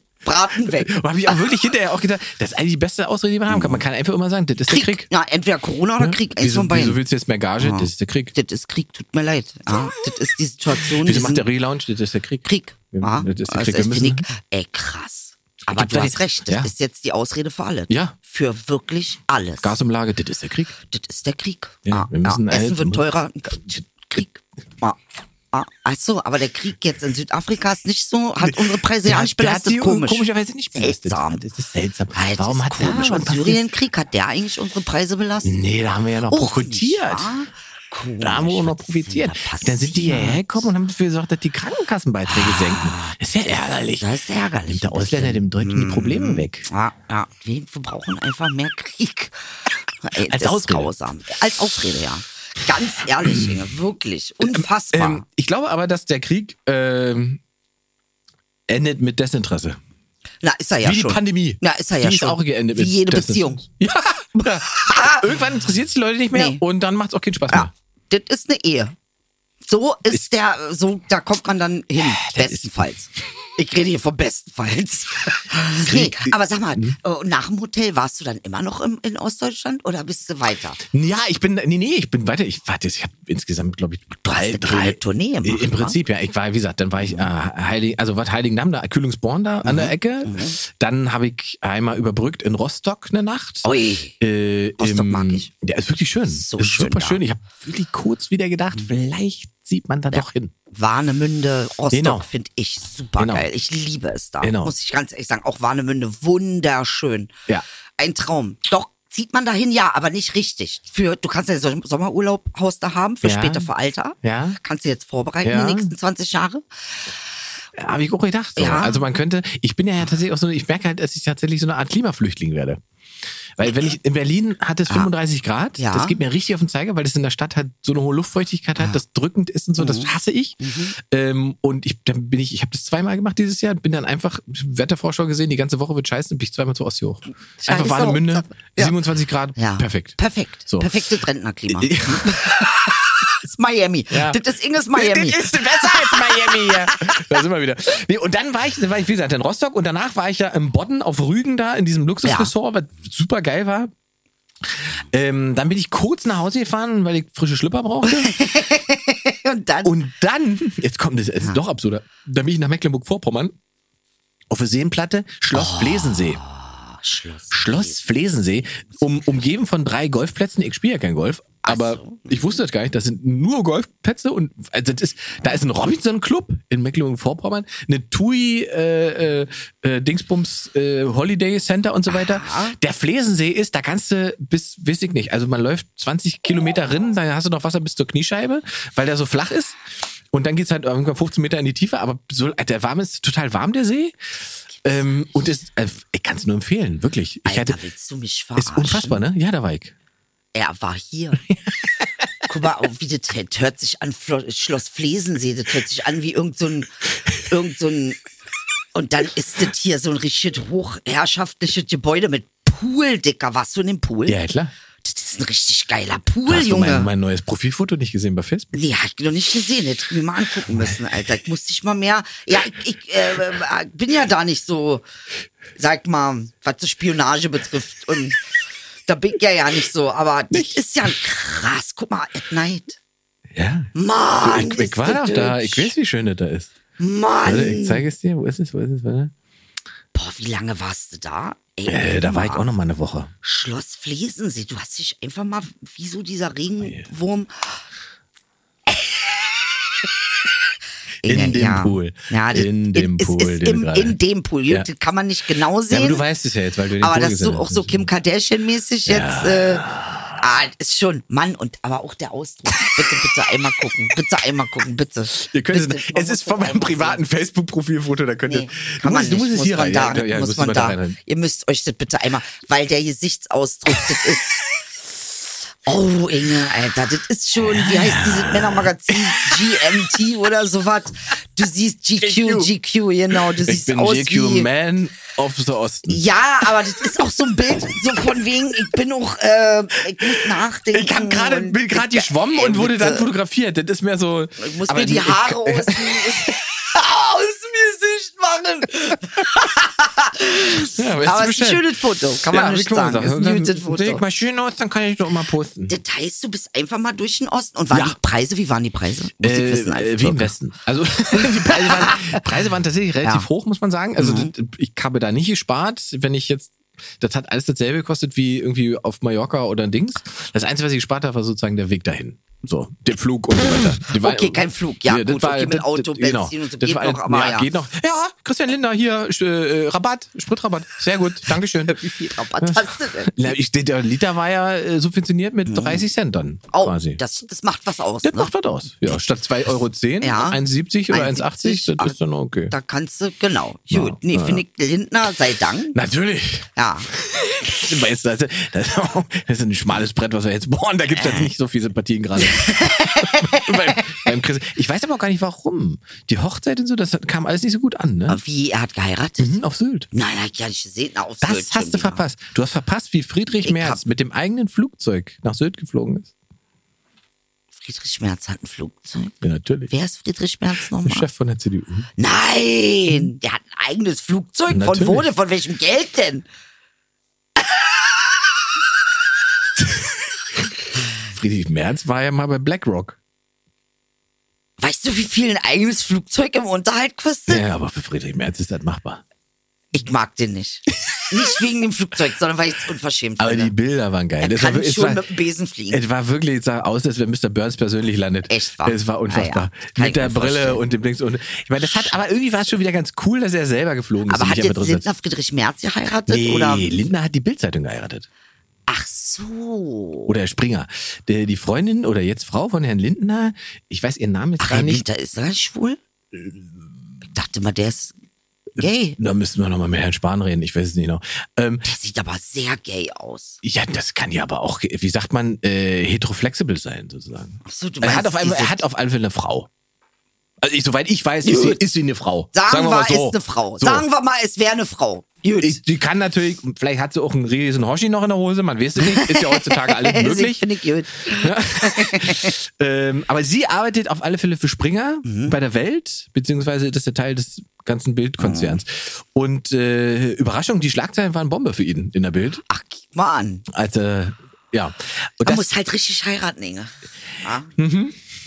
Speaker 4: Braten weg.
Speaker 5: Und habe ich auch wirklich hinterher auch gedacht, das ist eigentlich die beste Ausrede, die man haben kann. Man kann einfach immer sagen, das ist der Krieg. Ne?
Speaker 4: Ja, entweder Corona oder Krieg. Eins
Speaker 5: wieso,
Speaker 4: von beiden.
Speaker 5: wieso willst du jetzt mehr Gage? Das ist der Krieg.
Speaker 4: das ist Krieg, tut mir leid. Ja, das ist die Situation.
Speaker 5: Wieso
Speaker 4: die
Speaker 5: macht
Speaker 4: sind-
Speaker 5: der Relaunch? Das ist der Krieg.
Speaker 4: Krieg.
Speaker 5: Wir-
Speaker 4: wa?
Speaker 5: Das ist der
Speaker 4: Also
Speaker 5: Krieg. Wir
Speaker 4: das finde
Speaker 5: müssen, ne?
Speaker 4: ich, ey, krass. Aber
Speaker 5: Gibt
Speaker 4: du
Speaker 5: da
Speaker 4: hast
Speaker 5: nicht-
Speaker 4: recht, das
Speaker 5: Ja.
Speaker 4: ist jetzt die Ausrede für alles.
Speaker 5: Ja.
Speaker 4: Für wirklich alles.
Speaker 5: Gasumlage, das ist der Krieg.
Speaker 4: Das ist der Krieg. Ah,
Speaker 5: Ja, wir müssen
Speaker 4: Essen
Speaker 5: halt-
Speaker 4: wird teurer. Krieg. Ah. Ah. Ach so, aber der Krieg jetzt in Südafrika ist nicht so, hat unsere Preise ja nicht
Speaker 5: der hat
Speaker 4: belastet.
Speaker 5: die
Speaker 4: komisch.
Speaker 5: komischerweise nicht belastet.
Speaker 4: Seltsam.
Speaker 5: Das ist seltsam.
Speaker 4: Alter, das
Speaker 5: Warum
Speaker 4: ist
Speaker 5: hat der
Speaker 4: komisch.
Speaker 5: was
Speaker 4: Und
Speaker 5: passiert?
Speaker 4: Syrienkrieg, hat der eigentlich unsere Preise belastet?
Speaker 5: Nee, da haben wir ja noch
Speaker 4: Auch nicht,
Speaker 5: profitiert.
Speaker 4: wa? Komisch,
Speaker 5: Da haben wir auch noch
Speaker 4: was ist denn
Speaker 5: profitiert.
Speaker 4: da
Speaker 5: Dann sind die
Speaker 4: passiert? Ah,
Speaker 5: hierher gekommen und haben dafür gesorgt, dass die Krankenkassenbeiträge senken. Das ist ja ärgerlich.
Speaker 4: Das Hm. ist ärgerlich.
Speaker 5: Nimmt der Ausländer dem Deutschen die Probleme weg.
Speaker 4: Ja, ja. Wir wir brauchen einfach mehr Krieg. Ey,
Speaker 5: Als
Speaker 4: das ist
Speaker 5: Ausrede.
Speaker 4: Grausam. Als Ausrede, ja. Ganz ehrlich, Inge, wirklich. Unfassbar.
Speaker 5: Ähm, ich glaube aber, dass der Krieg ähm, endet mit Desinteresse.
Speaker 4: Na, ist er ja
Speaker 5: wie die
Speaker 4: schon.
Speaker 5: Pandemie.
Speaker 4: Na, ist er ja
Speaker 5: die
Speaker 4: schon.
Speaker 5: Ist auch geendet
Speaker 4: Wie
Speaker 5: mit
Speaker 4: jede
Speaker 5: Desinteresse.
Speaker 4: Beziehung.
Speaker 5: Ja. Irgendwann interessiert es die Leute nicht mehr
Speaker 4: Nee.
Speaker 5: und dann macht es auch keinen Spaß
Speaker 4: Ja,
Speaker 5: mehr.
Speaker 4: das ist eine Ehe. So ist der, so, da kommt man dann hin.
Speaker 5: Äh,
Speaker 4: bestenfalls. Ich rede hier von bestenfalls. nee, aber sag mal,
Speaker 5: Mhm.
Speaker 4: äh, nach dem Hotel warst du dann immer noch im, in Ostdeutschland oder bist du weiter?
Speaker 5: Ja, ich bin, nee, nee, ich bin weiter. Ich warte, ich habe insgesamt, glaube ich, drei,
Speaker 4: eine
Speaker 5: drei
Speaker 4: kleine Tournee gemacht,
Speaker 5: Im
Speaker 4: wa?
Speaker 5: Prinzip, ja. Ich war, wie gesagt, dann war ich äh, Heilig, also was Heiligendamm da, Kühlungsborn da an
Speaker 4: Mhm.
Speaker 5: der Ecke. Dann habe ich einmal überbrückt in Rostock eine Nacht.
Speaker 4: Ui.
Speaker 5: Äh,
Speaker 4: Rostock
Speaker 5: im-
Speaker 4: mag ich.
Speaker 5: Ja, ist wirklich schön.
Speaker 4: So
Speaker 5: ist
Speaker 4: schön
Speaker 5: super
Speaker 4: da. Mhm.
Speaker 5: schön. Ich habe wirklich kurz wieder gedacht, vielleicht sieht man da doch hin.
Speaker 4: Warnemünde, Rostock
Speaker 5: Genau.
Speaker 4: finde ich super geil.
Speaker 5: Genau.
Speaker 4: Ich liebe es da.
Speaker 5: Genau.
Speaker 4: Muss ich ganz ehrlich sagen. Auch Warnemünde, wunderschön.
Speaker 5: Ja.
Speaker 4: Ein Traum. Doch, zieht man dahin, ja, aber nicht richtig. Für, du kannst ja so ein Sommerurlaubhaus da haben, für
Speaker 5: Ja.
Speaker 4: später für Alter.
Speaker 5: Ja.
Speaker 4: Kannst du jetzt vorbereiten,
Speaker 5: Ja.
Speaker 4: die nächsten 20 Jahre.
Speaker 5: Habe ich auch gedacht. So.
Speaker 4: Ja.
Speaker 5: Also man könnte, ich bin ja tatsächlich auch so, ich merke halt, dass ich tatsächlich so eine Art Klimaflüchtling werde. Weil wenn ich in Berlin hat es 35 Grad,
Speaker 4: Ah. Ja. Ah.
Speaker 5: das geht mir richtig auf den Zeiger, weil das in der Stadt halt so eine hohe Luftfeuchtigkeit hat, das drückend ist und so,
Speaker 4: Mhm.
Speaker 5: das hasse ich. Ähm, und ich dann bin ich, ich habe das zweimal gemacht dieses Jahr, bin dann einfach Wettervorschau gesehen, die ganze Woche wird scheiße, bin ich zweimal zur Ostsee hoch.
Speaker 4: Scheiße.
Speaker 5: Einfach Warnemünde,
Speaker 4: Ja.
Speaker 5: 27 Grad,
Speaker 4: Ja.
Speaker 5: perfekt.
Speaker 4: Perfekt.
Speaker 5: So.
Speaker 4: Perfektes Rentnerklima. Das ist Miami.
Speaker 5: Ja.
Speaker 4: Das ist Inges Miami.
Speaker 5: Das ist besser als Miami hier. Da sind wir wieder. Nee, und dann war ich, dann war ich, wie gesagt, in Rostock und danach war ich ja im Bodden auf Rügen da in diesem Luxusressort, was super geil war. Ähm, dann bin ich kurz nach Hause gefahren, weil ich frische Schlüpper brauchte.
Speaker 4: Und dann,
Speaker 5: Und dann, jetzt kommt das, es ist doch absurder, dann bin ich nach Mecklenburg-Vorpommern auf der Seenplatte, Schloss Blesensee.
Speaker 4: Schluss.
Speaker 5: Schloss Flesensee, um, umgeben von drei Golfplätzen. Ich spiele ja kein Golf, aber ich wusste das gar nicht. Das sind nur Golfplätze und also das ist, da ist ein Robinson-Club in Mecklenburg-Vorpommern, eine TUI äh, äh, äh, Dingsbums äh, Holiday Center und so weiter. Der Flesensee ist, da kannst du bis, weiß ich nicht, also man läuft 20 Kilometer rinnen, dann hast du noch Wasser bis zur Kniescheibe, weil der so flach ist. Und dann geht's halt irgendwann 15 Meter in die Tiefe, aber so, der warm ist total warm, der See. Ähm, und ist, äh, ich kann es nur empfehlen, wirklich. Ich
Speaker 4: Alter,
Speaker 5: hatte,
Speaker 4: willst du mich verarschen?
Speaker 5: ist unfassbar, ne? Ja, da war ich.
Speaker 4: Er war hier. Guck mal, oh, wie das hört. hört sich an, Flo Schloss Flesensee, das hört sich an wie irgend so ein, irgend so ein Und dann ist das hier so ein richtig hochherrschaftliches Gebäude mit Pool, Dicker. Warst du in dem Pool?
Speaker 5: Ja, klar.
Speaker 4: Das ist ein richtig geiler Pool,
Speaker 5: Hast
Speaker 4: Junge.
Speaker 5: du mein, mein neues Profilfoto nicht gesehen bei Facebook?
Speaker 4: Nee, hab ich noch nicht gesehen. Hätte ich mir mal angucken müssen, Alter. Ich musste ich mal mehr. Ja, ich, ich äh, bin ja da nicht so, sag mal, was die Spionage betrifft. Und da bin ich ja ja nicht so. Aber das ist ja krass. Guck mal, at night.
Speaker 5: Ja.
Speaker 4: Mann,
Speaker 5: ich,
Speaker 4: ist
Speaker 5: ich war
Speaker 4: das
Speaker 5: doch da. Ich
Speaker 4: hübsch.
Speaker 5: weiß, wie schön das da ist. Warte, ich
Speaker 4: Mann.
Speaker 5: zeige es dir. Wo ist es? Wo ist es? Warte.
Speaker 4: Boah, wie lange warst du da? Ey,
Speaker 5: Äh, da war ich
Speaker 4: Mann.
Speaker 5: auch noch mal eine Woche.
Speaker 4: Schloss Flesensee. Du hast dich einfach mal, wie so dieser Regenwurm.
Speaker 5: In
Speaker 4: Inge,
Speaker 5: dem Pool.
Speaker 4: Ja, das-
Speaker 5: In dem
Speaker 4: es
Speaker 5: Pool,
Speaker 4: Ist
Speaker 5: den
Speaker 4: im,
Speaker 5: gerade.
Speaker 4: in dem Pool.
Speaker 5: Ja.
Speaker 4: Das kann man nicht genau
Speaker 5: Ja,
Speaker 4: sehen.
Speaker 5: aber du weißt es ja jetzt, weil du den
Speaker 4: aber
Speaker 5: Pool
Speaker 4: das ist so,
Speaker 5: gesehen
Speaker 4: auch
Speaker 5: hast.
Speaker 4: so Kim Kardashian-mäßig jetzt. Äh, ah, das ist schon. Mann, und aber auch der Ausdruck. Bitte, bitte einmal gucken. Bitte einmal gucken, bitte.
Speaker 5: Ihr könnt es,
Speaker 4: Bitte, man
Speaker 5: es ist
Speaker 4: muss
Speaker 5: von meinem
Speaker 4: einmal
Speaker 5: privaten Facebook-Profilfoto, da könnt ihr.
Speaker 4: Nee, kann man
Speaker 5: musst-
Speaker 4: nicht.
Speaker 5: musst
Speaker 4: muss man da,
Speaker 5: Ja, ja,
Speaker 4: muss
Speaker 5: musst
Speaker 4: man
Speaker 5: mal
Speaker 4: da.
Speaker 5: rein.
Speaker 4: Ihr müsst euch das bitte einmal, weil der Gesichtsausdruck, das ist. Oh, Inge, Alter, das ist schon, wie
Speaker 5: Ah.
Speaker 4: heißt dieses Männermagazin? GMT oder sowas? Du siehst GQ, GQ, genau, du
Speaker 5: Ich
Speaker 4: siehst
Speaker 5: bin
Speaker 4: aus
Speaker 5: GQ
Speaker 4: wie...
Speaker 5: Man of the Osten.
Speaker 4: Ja, aber das ist auch so ein Bild, so von wegen, ich bin auch, äh, ich muss nachdenken.
Speaker 5: Ich hab gerade,
Speaker 4: und-
Speaker 5: bin gerade geschwommen und wurde dann
Speaker 4: Bitte.
Speaker 5: fotografiert. Das ist mir so.
Speaker 4: Ich muss
Speaker 5: aber
Speaker 4: mir die
Speaker 5: ich-
Speaker 4: Haare aus, dem Gesicht- aus dem Gesicht machen.
Speaker 5: Ja, aber
Speaker 4: Aber
Speaker 5: ist
Speaker 4: es ist ein schönes Foto, kann man nicht sagen. Es ist ein gutes Foto.
Speaker 5: Sehe ich mal schön aus, dann kann ich doch mal posten.
Speaker 4: Das heißt, du bist einfach mal durch den Osten. Und waren
Speaker 5: Ja.
Speaker 4: die Preise, wie waren die Preise? Muss ich wissen als
Speaker 5: Äh, wie im
Speaker 4: Türke.
Speaker 5: Westen. Also die Preise waren, Preise waren tatsächlich relativ
Speaker 4: Ja. Mhm.
Speaker 5: hoch, muss man sagen. Also das, ich habe da nicht gespart, wenn ich jetzt das hat alles dasselbe gekostet wie irgendwie auf Mallorca oder Dings. Das Einzige, was ich gespart habe, war sozusagen der Weg dahin. So, der Flug und so weiter. Die war-
Speaker 4: Okay, kein Flug. Ja,
Speaker 5: das genau.
Speaker 4: gut, okay, mit Auto, Benzin und so
Speaker 5: Das
Speaker 4: geht noch, aber ja.
Speaker 5: geht noch. Ja, Christian Linder hier, äh, Rabatt, Spritrabatt. Sehr gut, Dankeschön.
Speaker 4: Wie viel Rabatt Oh, Mhm. hast du denn?
Speaker 5: Na, ich, der Liter war ja äh, subventioniert mit 30 Cent dann
Speaker 4: Oh,
Speaker 5: quasi.
Speaker 4: das, das macht was aus.
Speaker 5: Das
Speaker 4: ne?
Speaker 5: macht was aus. Ja, statt 2,10 Euro, 10,
Speaker 4: Ja. Ah,
Speaker 5: 1,70 oder 1,80, das ist dann okay.
Speaker 4: Da kannst du, genau. Gut, nee,
Speaker 5: ja,
Speaker 4: finde ich Lindner, sei Dank.
Speaker 5: Natürlich.
Speaker 4: Ja.
Speaker 5: Weißt du, Das ist, das ist auch- das ist ein schmales Brett, was wir jetzt bohren. Da gibt es jetzt nicht so viele Sympathien gerade. beim, beim Chris. Ich weiß aber auch gar nicht warum. Die Hochzeit und so, das kam alles nicht so gut an, ne?
Speaker 4: Aber Wie, er hat geheiratet?
Speaker 5: Mhm, Auf Sylt.
Speaker 4: Nein, hab ich ja nicht gesehen. Na, auf
Speaker 5: Das
Speaker 4: Sylt schon
Speaker 5: hast du
Speaker 4: wieder.
Speaker 5: verpasst. Du hast verpasst, wie Friedrich
Speaker 4: Ich
Speaker 5: Merz
Speaker 4: hab-
Speaker 5: mit dem eigenen Flugzeug nach Sylt geflogen ist.
Speaker 4: Friedrich Merz hat ein Flugzeug.
Speaker 5: Ja, natürlich.
Speaker 4: Wer ist Friedrich Merz
Speaker 5: Der
Speaker 4: nochmal?
Speaker 5: Chef von der CDU.
Speaker 4: Nein, der hat ein eigenes Flugzeug.
Speaker 5: Mhm. Natürlich.
Speaker 4: Von wo denn? Von welchem Geld denn?
Speaker 5: Friedrich Merz war ja mal bei BlackRock.
Speaker 4: Weißt du, wie viel ein eigenes Flugzeug im Unterhalt kostet?
Speaker 5: Ja, aber für Friedrich Merz ist das machbar.
Speaker 4: Ich mag den nicht. Nicht wegen dem Flugzeug, sondern weil ich es unverschämt
Speaker 5: Aber die
Speaker 4: finde.
Speaker 5: Bilder waren geil.
Speaker 4: Er
Speaker 5: Das
Speaker 4: kann
Speaker 5: war, es
Speaker 4: schon
Speaker 5: war,
Speaker 4: mit dem Besen fliegen.
Speaker 5: Es war wirklich, es sah aus, als wenn Mr. Burns persönlich landet.
Speaker 4: Echt wahr?
Speaker 5: Es war unfassbar.
Speaker 4: Ah ja, kann ich
Speaker 5: Mit der
Speaker 4: mir
Speaker 5: Brille
Speaker 4: vorstellen.
Speaker 5: und dem Dings. Und, ich meine, das hat, aber irgendwie war es schon wieder ganz cool, dass er selber geflogen ist.
Speaker 4: Aber
Speaker 5: und
Speaker 4: hat
Speaker 5: nicht
Speaker 4: jetzt
Speaker 5: einfach drin
Speaker 4: Lindner Friedrich Merz geheiratet?
Speaker 5: sitzt. Nee,
Speaker 4: Oder?
Speaker 5: Lindner hat die Bildzeitung geheiratet.
Speaker 4: Ach so.
Speaker 5: Oder Springer. Der, die Freundin oder jetzt Frau von Herrn Lindner, ich weiß ihren Namen jetzt
Speaker 4: Ach,
Speaker 5: gar nicht.
Speaker 4: Anita, ist er schwul? Ich dachte mal, der ist gay.
Speaker 5: Da müssten wir nochmal mit Herrn Spahn reden, ich weiß es nicht noch. Ähm,
Speaker 4: Der sieht aber sehr gay aus.
Speaker 5: ja, das kann ja aber auch, wie sagt man, äh, heteroflexibel sein, sozusagen.
Speaker 4: Ach so, du
Speaker 5: Er hat,
Speaker 4: meinst
Speaker 5: auf einmal,
Speaker 4: diese-
Speaker 5: er hat auf alle Fälle eine Frau. Also ich, soweit ich weiß, ist sie,
Speaker 4: Gut.
Speaker 5: ist sie eine Frau.
Speaker 4: Sagen, wir mal,
Speaker 5: mal so.
Speaker 4: ist eine Frau.
Speaker 5: So.
Speaker 4: Sagen wir mal, es wäre eine Frau. Gut.
Speaker 5: ich, die kann natürlich, vielleicht hat sie auch einen riesen Hoshi noch in der Hose, man weiß es nicht, ist ja heutzutage alles möglich.
Speaker 4: Finde ich gut.
Speaker 5: ähm, aber sie arbeitet auf alle Fälle für Springer
Speaker 4: Mhm.
Speaker 5: bei der Welt, beziehungsweise das ist ja Teil des ganzen Bildkonzerns. Und äh, Überraschung, die Schlagzeilen waren Bombe für ihn in der Bild.
Speaker 4: Ach, guck mal an.
Speaker 5: Also, ja. Und
Speaker 4: Man
Speaker 5: das, Mhm.
Speaker 4: muss halt richtig heiraten, Inge. Ja?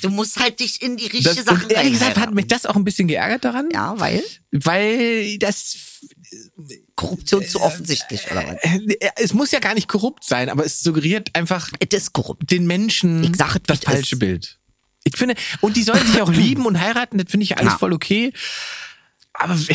Speaker 4: Du musst halt dich in die richtige
Speaker 5: das,
Speaker 4: Sache
Speaker 5: und ehrlich gesagt hat mich das auch ein bisschen geärgert daran,
Speaker 4: Ja, weil
Speaker 5: weil das
Speaker 4: Korruption zu offensichtlich, oder was?
Speaker 5: es muss ja gar nicht korrupt sein, aber es suggeriert einfach
Speaker 4: Es ist korrupt.
Speaker 5: den Menschen
Speaker 4: Ich sag,
Speaker 5: das
Speaker 4: wie es
Speaker 5: falsche
Speaker 4: ist.
Speaker 5: Bild. Ich finde, und die sollen sich auch lieben und heiraten, das finde ich ja alles
Speaker 4: Ja.
Speaker 5: voll okay. Aber w-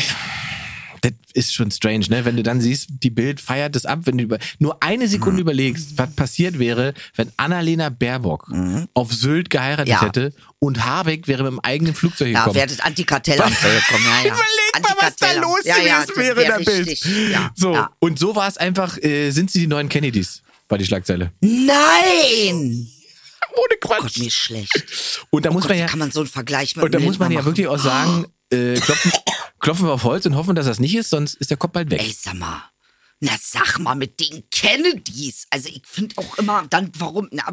Speaker 5: das ist schon strange, ne? Wenn du dann siehst, die Bild feiert das ab, wenn du über, nur eine Sekunde
Speaker 4: Mhm.
Speaker 5: überlegst, was passiert wäre, wenn Annalena Baerbock auf Sylt geheiratet
Speaker 4: Mhm. Ja.
Speaker 5: hätte und Habeck wäre mit dem eigenen Flugzeug
Speaker 4: Ja,
Speaker 5: gekommen.
Speaker 4: wäre das Antikartellamt gekommen. Ja, ja.
Speaker 5: Überleg mal, was da
Speaker 4: Antikartellamt.
Speaker 5: los
Speaker 4: ja, ja,
Speaker 5: gewesen
Speaker 4: das
Speaker 5: wäre in
Speaker 4: wär
Speaker 5: der Bild.
Speaker 4: richtig. Ja,
Speaker 5: so,
Speaker 4: ja.
Speaker 5: und so war es einfach, äh, sind sie die neuen Kennedys, war die Schlagzeile.
Speaker 4: Nein! Oh
Speaker 5: Ohne
Speaker 4: Gott,
Speaker 5: Quatsch.
Speaker 4: mir ist schlecht.
Speaker 5: und da muss
Speaker 4: Oh Gott,
Speaker 5: man ja,
Speaker 4: kann man so einen Vergleich mit
Speaker 5: und da
Speaker 4: dem
Speaker 5: muss man ja
Speaker 4: Lindner machen?
Speaker 5: wirklich auch sagen, äh, klopfen, klopfen wir auf Holz und hoffen, dass das nicht ist, sonst ist der Kopf bald weg.
Speaker 4: Ey, sag mal. Na, sag mal, mit den Kennedys. Also, ich finde auch immer, dann, warum, na,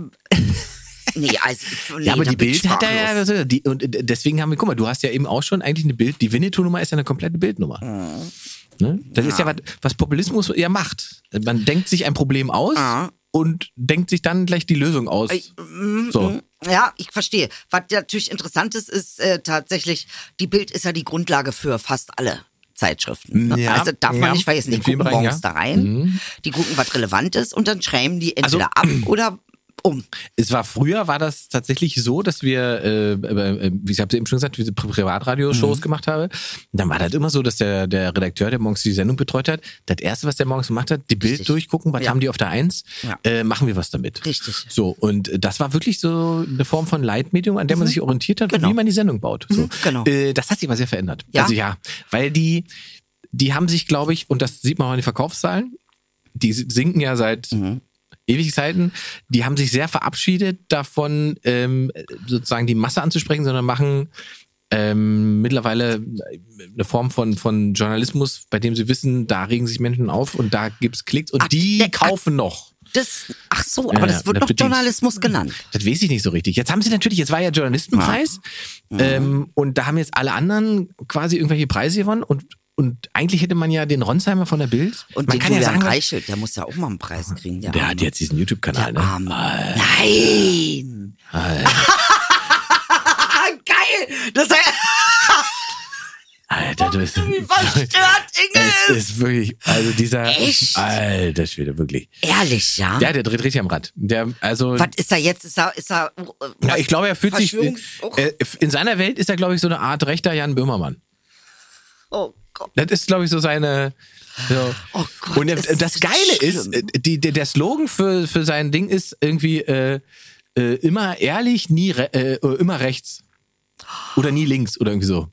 Speaker 4: nee, also, ich- nee,
Speaker 5: ja, aber
Speaker 4: da
Speaker 5: die
Speaker 4: bin ich
Speaker 5: Bild hat
Speaker 4: sprachlos.
Speaker 5: er ja, die, und äh, deswegen haben wir, guck mal, du hast ja eben auch schon eigentlich eine Bild, die Winnetou-Nummer ist ja eine komplette Bildnummer.
Speaker 4: Ah.
Speaker 5: Ne? Das ist ja was, was Populismus ja macht. Man denkt sich ein Problem aus
Speaker 4: Ja.
Speaker 5: und denkt sich dann gleich die Lösung aus.
Speaker 4: mm,
Speaker 5: so.
Speaker 4: Ja, ich verstehe. Was natürlich interessant ist, ist äh, tatsächlich, die Bild ist ja die Grundlage für fast alle Zeitschriften. Ne?
Speaker 5: Ja,
Speaker 4: also darf man
Speaker 5: ja.
Speaker 4: nicht vergessen, die
Speaker 5: In vielen
Speaker 4: gucken
Speaker 5: Bereichen,
Speaker 4: morgens
Speaker 5: ja. Mhm.
Speaker 4: da rein, die gucken, was relevant ist und dann schreiben die
Speaker 5: Also
Speaker 4: entweder ab oder um.
Speaker 5: Es war früher, war das tatsächlich so, dass wir, äh, äh, wie ich habe eben schon gesagt, diese Pri-
Speaker 4: Mhm.
Speaker 5: Privatradio-Shows gemacht habe. Dann war das immer so, dass der, der Redakteur, der morgens die Sendung betreut hat, das erste, was der morgens gemacht hat, die Bild
Speaker 4: Richtig.
Speaker 5: durchgucken, was
Speaker 4: Ja.
Speaker 5: haben die auf der Eins,
Speaker 4: Ja.
Speaker 5: äh, machen wir was damit.
Speaker 4: Richtig.
Speaker 5: So, und äh, das war wirklich so eine Form von Leitmedium, an der man sich orientiert hat,
Speaker 4: Genau.
Speaker 5: wie man die Sendung baut. So.
Speaker 4: genau.
Speaker 5: Äh, das hat sich aber sehr verändert.
Speaker 4: Ja?
Speaker 5: Also ja, weil die, die haben sich, glaube ich, und das sieht man auch in den Verkaufszahlen, die sinken ja seit
Speaker 4: Mhm.
Speaker 5: Ewigkeiten, die haben sich sehr verabschiedet davon, ähm, sozusagen die Masse anzusprechen, sondern machen ähm, mittlerweile eine Form von, von Journalismus, bei dem sie wissen, da regen sich Menschen auf und da gibt's Klicks und
Speaker 4: Ach,
Speaker 5: die
Speaker 4: der- ach.
Speaker 5: kaufen noch.
Speaker 4: Das, ach so,
Speaker 5: Ja,
Speaker 4: aber
Speaker 5: ja,
Speaker 4: das wird
Speaker 5: das
Speaker 4: doch
Speaker 5: bedingt.
Speaker 4: Journalismus genannt.
Speaker 5: Das weiß ich nicht so richtig. Jetzt haben sie natürlich, jetzt war ja Journalistenpreis
Speaker 4: Mhm.
Speaker 5: ähm, und da haben jetzt alle anderen quasi irgendwelche Preise gewonnen und, und eigentlich hätte man ja den Ronsheimer von der Bild.
Speaker 4: Und
Speaker 5: man
Speaker 4: den Julian Reichelt, der muss ja auch mal einen Preis kriegen. Der,
Speaker 5: Ah, der
Speaker 4: Arme.
Speaker 5: hat jetzt diesen YouTube-Kanal, ne?
Speaker 4: Arme. Nein! Geil! Das heißt,
Speaker 5: Alter, du bist.
Speaker 4: verstört
Speaker 5: Es
Speaker 4: Inge!
Speaker 5: ist wirklich, also dieser.
Speaker 4: Echt?
Speaker 5: Alter Schwede, wirklich.
Speaker 4: Ehrlich, ja?
Speaker 5: Ja, der dreht richtig am Rad. Der, also.
Speaker 4: Was ist er jetzt? Ist er, ist er, äh,
Speaker 5: Ja, ich glaube, er fühlt sich.
Speaker 4: Verschwörungs- Och.
Speaker 5: Äh, in seiner Welt ist er, glaube ich, so eine Art rechter Jan Böhmermann.
Speaker 4: oh Gott.
Speaker 5: Das ist, glaube ich, so seine. So.
Speaker 4: Oh Gott,
Speaker 5: Und
Speaker 4: ist
Speaker 5: das, das
Speaker 4: das
Speaker 5: Geile ist,
Speaker 4: schlimm.
Speaker 5: äh, die, der, der Slogan für, für sein Ding ist irgendwie äh, äh, immer ehrlich, nie re äh, immer rechts. Oder nie links oder irgendwie so.